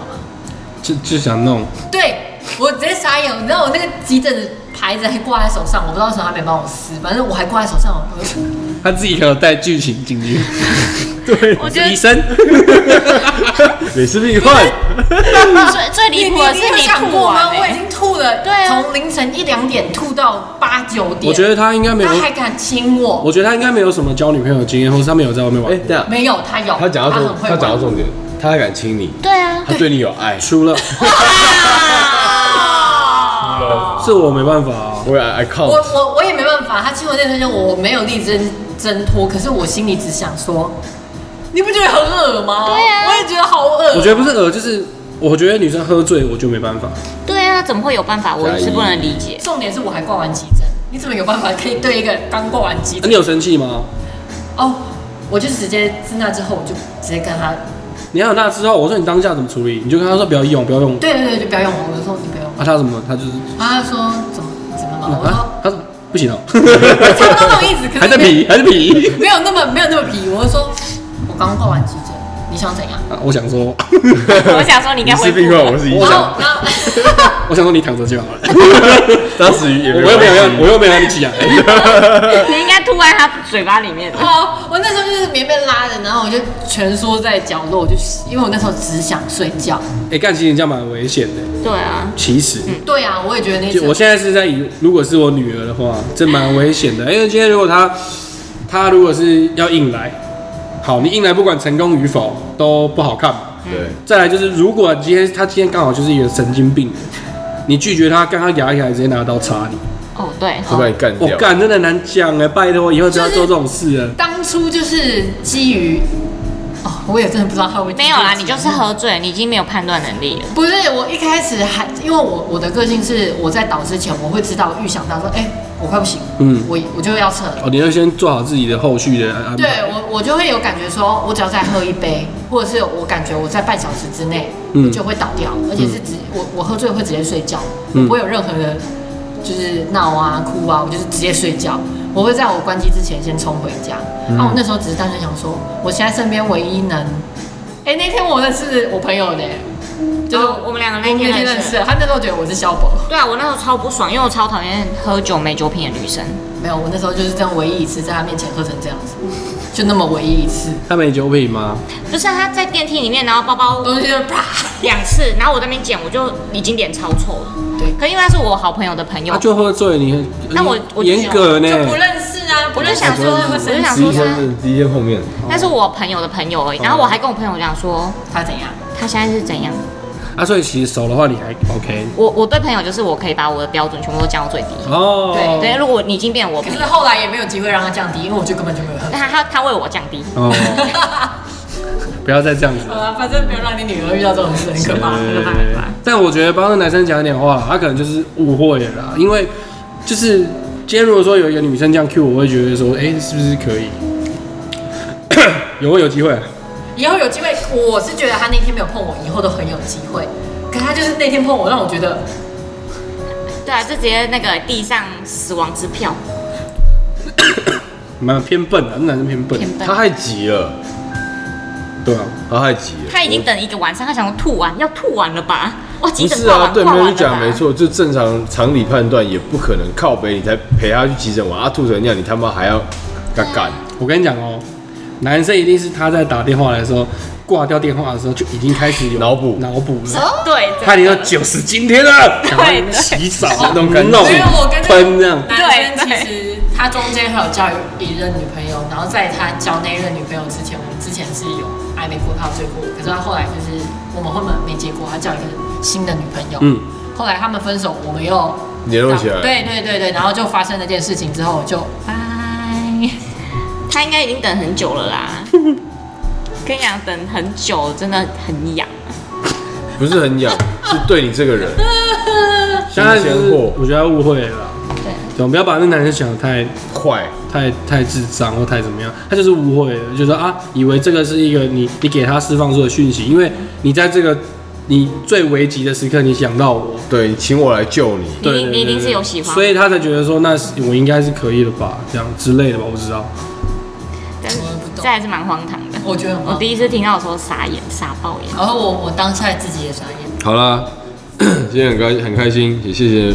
C: 就就想弄，
A: 对我直接傻眼，你知道我那个急诊牌子还挂在手上，我不知道为什么他没帮我撕，反正我还挂在手上，我
C: 他自己可能带剧情 进去。
B: 对，
D: 我觉得
C: 医生，
B: 也是病患。
D: 最最离谱
A: 我
D: 的是你
A: 想
D: 吐
A: 过吗？
D: 完、
A: 我已
D: 欸，
A: 经吐了，
D: 对啊
A: 从凌晨一两点吐到八九点，
C: 我觉得他应该没有
A: 他，还敢亲我，
C: 我觉得他应该没有什么交女朋友的经验，或是他没有在外面
B: 哎，
C: 玩。
B: 等一下，
A: 没有，他有，
B: 他讲到重
A: 很，会
B: 他
A: 玩
B: 讲到重点，他还敢亲你，
D: 对啊，
B: 他对你有爱，
C: 输了，是我没办法啊。
B: 我也
A: 我
B: I can't。
A: 我我也没办法，他亲我那瞬间我没有力挣挣脱，可是我心里只想说，你不觉得很恶吗？
D: 对啊
A: 我也觉得好恶。
C: 我觉得不是呃，就是我觉得女生喝醉我就没办法。
D: 对啊，怎么会有办法？我是不能理解。
A: 重点是我还挂完急诊，你怎么有办法可以对一个刚挂完急
C: 啊
A: 诊？
C: 你有生气吗？
A: 哦，我就直接自那之后，我就直接跟他，
C: 你还有那之后，我说你当下怎么处理？你就跟他说不要用，不要用。
A: 对对对，就不要用我，我就说你不要用。
C: 啊，他怎么？他就是
A: 然后他说怎么怎么了嘛？我
C: 啊
A: 说，
C: 他不行哦，
A: 我差不多那种意 思，可是
C: 还在
A: 没
C: 皮，还在皮。
A: 没有那么没有那么皮，我就说我刚挂完急诊，你想怎样？
C: 啊我想说，
D: 我想说你应
B: 你
D: 该
B: 是
D: 会
B: 病患，我是医
C: 我
A: 然
B: 生。
A: 后然后。
C: 我想说你躺着就好了。
B: 当时 也
C: 我又没有要，我又没有让你起来。
D: 你应该吐在他嘴巴里面的。
A: 好，哦我那时候就是棉被拉着，然后我就蜷缩在角落，我就因为我那时候只想睡觉。
C: 哎，干其实你这样蛮危险的。
D: 对啊，
C: 其实，
A: 对啊，我也觉得那
C: 就
A: 次
C: 我现在是在以，如果是我女儿的话，这蛮危险的。因为今天如果她，她如果是要硬来，好，你硬来不管成功与否都不好看嘛。
B: 对，
C: 再来就是，如果今天她今天刚好就是一个神经病，你拒绝她，跟她牙起来直接拿刀插你，
D: 哦对，
B: 会把你干
C: 我
B: 掉。
C: 干真的难讲哎，拜托以后不要做这种事了。
A: 当初就是基于哦，我也真的不知道他会
D: 没有啦，你就是喝醉，你已经没有判断能力了。
A: 不是我一开始还因为我我的个性是我在倒之前我会知道预想到说，哎、我快不行，
C: 嗯
A: 嗯，我我就要撤了。
C: 哦，你要先做好自己的后续的安
A: 对
C: 排。
A: 我，我就会有感觉说，我只要再喝一杯，或者是我感觉我在半小时之内，
C: 嗯
A: 我就会倒掉，而且是直我我喝醉会直接睡觉，
C: 嗯
A: 我不会有任何的，就是闹啊哭啊，我就是直接睡觉。我会在我关机之前先冲回家。
C: 嗯
A: 然后我那时候只是单纯想说，我现在身边唯一能，哎、那天我认识我朋友的、就是
D: 哦我们两个那
A: 我们
D: 天
A: 那天
D: 认
A: 认
D: 识
A: 识的，他那时候觉得我是肖博，
D: 对啊，我那时候超不爽，因为我超讨厌喝酒没酒品的女生。
A: 没有，我那时候就是这样唯一一次在他面前喝成这样子，就那么唯一一次，
C: 她没酒品吗？
D: 不是啊她在电梯里面，然后包包
A: 东西就啪，
D: 两次，然后我在那边捡，我就已经脸超臭了。
A: 对。
D: 可因为她是我好朋友的朋
B: 啊
D: 友
C: 她，就喝醉，你
D: 那我我
C: 严格呢
A: 就？不认识啊，不
D: 我
A: 认
D: 就
A: 识
D: 想说，我就想
B: 第一
D: 说
B: 天
D: 她，
B: 是第一天后面，
D: 那是我朋友的朋友而已。
B: 嗯
D: 然后我还跟我朋友讲说，
A: 他怎样？
D: 她现在是怎样？
C: 啊，所以其实熟的话你还 OK
D: 我我对朋友就是我可以把我的标准全部都降到最低。
C: 哦。
A: 对
D: 对，如果你已经变我
A: 可
D: 朋
A: 是
D: 友，
A: 后来也没有机会让他降低，因为我就根本就没有喝。
D: 他他他为我降低。
C: 哦，
A: 哎
C: 不要再这样子
A: 好。了，反正不要让你女儿遇到这种事，很可怕。
C: 对但我觉得帮男生讲一点话啦，他可能就是误会了啦，因为就是今天如果说有一个女生这样 Q 我，我会觉得说，哎、是不是可以？有会有啊机会，
A: 以后有机会，我是觉得他那天没有碰我，以后都很有机会。可他就是那天碰我，让我觉得
D: 对啊，就直接那个地上死亡支票。
C: 蛮偏笨的，男生偏笨，
D: 偏笨
B: 他太急了，
C: 对啊，
B: 他太急了。
D: 他已经等一个晚上，他想要吐完，要吐完了吧？哇，急
B: 不
D: 诊
B: 是
D: 挂
B: 啊，
D: 完，
B: 对，
D: 挂
B: 没有
D: 完
B: 你
D: 了吧
B: 讲没。错，就正常常理判断也不可能靠北你才陪他去急诊玩，啊吐成那样，你他妈还要干干，
C: 我跟你讲哦、男生一定是他在打电话来的时候，挂掉电话的时候就已经开始有
B: 脑补
C: 脑补了，
D: 对，
C: 他已经
D: 真
C: 有
D: 的
C: 九十今天了，
D: 对
C: 赶快
D: 对
C: 洗澡
B: 那种感觉
C: 弄
A: 没有我跟那个
C: 喷这样，
A: 男生其
D: 对
A: 实他中间还有交一任女朋友，然后在他交那一任女朋友之前，我们之前是有暧昧过，他有追过我，可是他后来就是我们后面没结果，他交一个新的女朋友。
C: 嗯，
A: 后来他们分手，我们又
B: 联络
C: 啊
B: 起来。
A: 对对对对，然后就发生那件事情之后，就
D: 拜。他应该已经等很久了啦。跟你讲，等很久真的很痒。
B: 不是很痒，是对你这个 人。
C: 现在就
B: 先
C: 是
B: 货
C: 我觉得他误会了啦，对，不要把那男生想的太
B: 坏，
C: 太太智障或太怎么样，他就是误会了，就说啊，以为这个是一个你你给他释放出的讯息，因为你在这个你最危急的时刻，你想到我，
B: 对你请我来救你，
D: 你一定你一定是有喜欢，
C: 所以他才觉得说，那是我应该是可以的吧，这样之类的吧，我不知道。
D: 但是
A: 我也不懂
D: 这还是蛮荒唐的。
A: 我觉得很
D: 我
A: 好。
D: 第一次听到的时候傻眼，傻爆眼。
A: 然后我 我当下自己也傻眼，
B: 好啦，今天很开很开心，也谢谢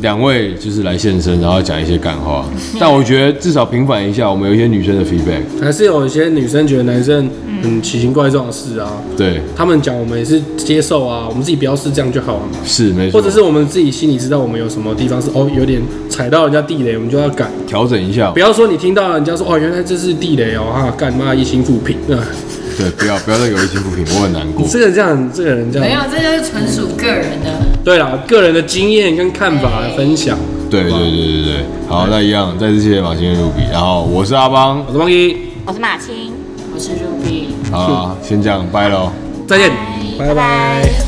B: 两位就是来现身，然后讲一些干 话。但我觉得至少平反一下，我们有一些女生的 feedback。
C: 还是有一些女生觉得男生很奇形怪状的事啊，
B: 对，
C: 他们讲我们也是接受啊，我们自己不要是这样就好了嘛。
B: 是没错，
C: 或者是我们自己心里知道我们有什么地方是哦有点踩到人家地雷，我们就要改，
B: 调整一下
C: 不。要说你听到人家说哦原来这是地雷哦哈干嘛一心复评啊，
B: 对，不要不要再给我一些不平，我很难过
C: 你。这个这样这个人这
F: 没有
C: 样，，
F: 这就是纯属个人的。
C: 对啦，个人的经验跟看法的分享，
B: 对对对对对，好，那一样再次谢谢马先生卢比，然后我是阿邦，
C: 我是汪一，
D: 我是马青，
F: 我是 Ruby。
B: 好啦，先这样，拜喽。
C: 再见，拜拜。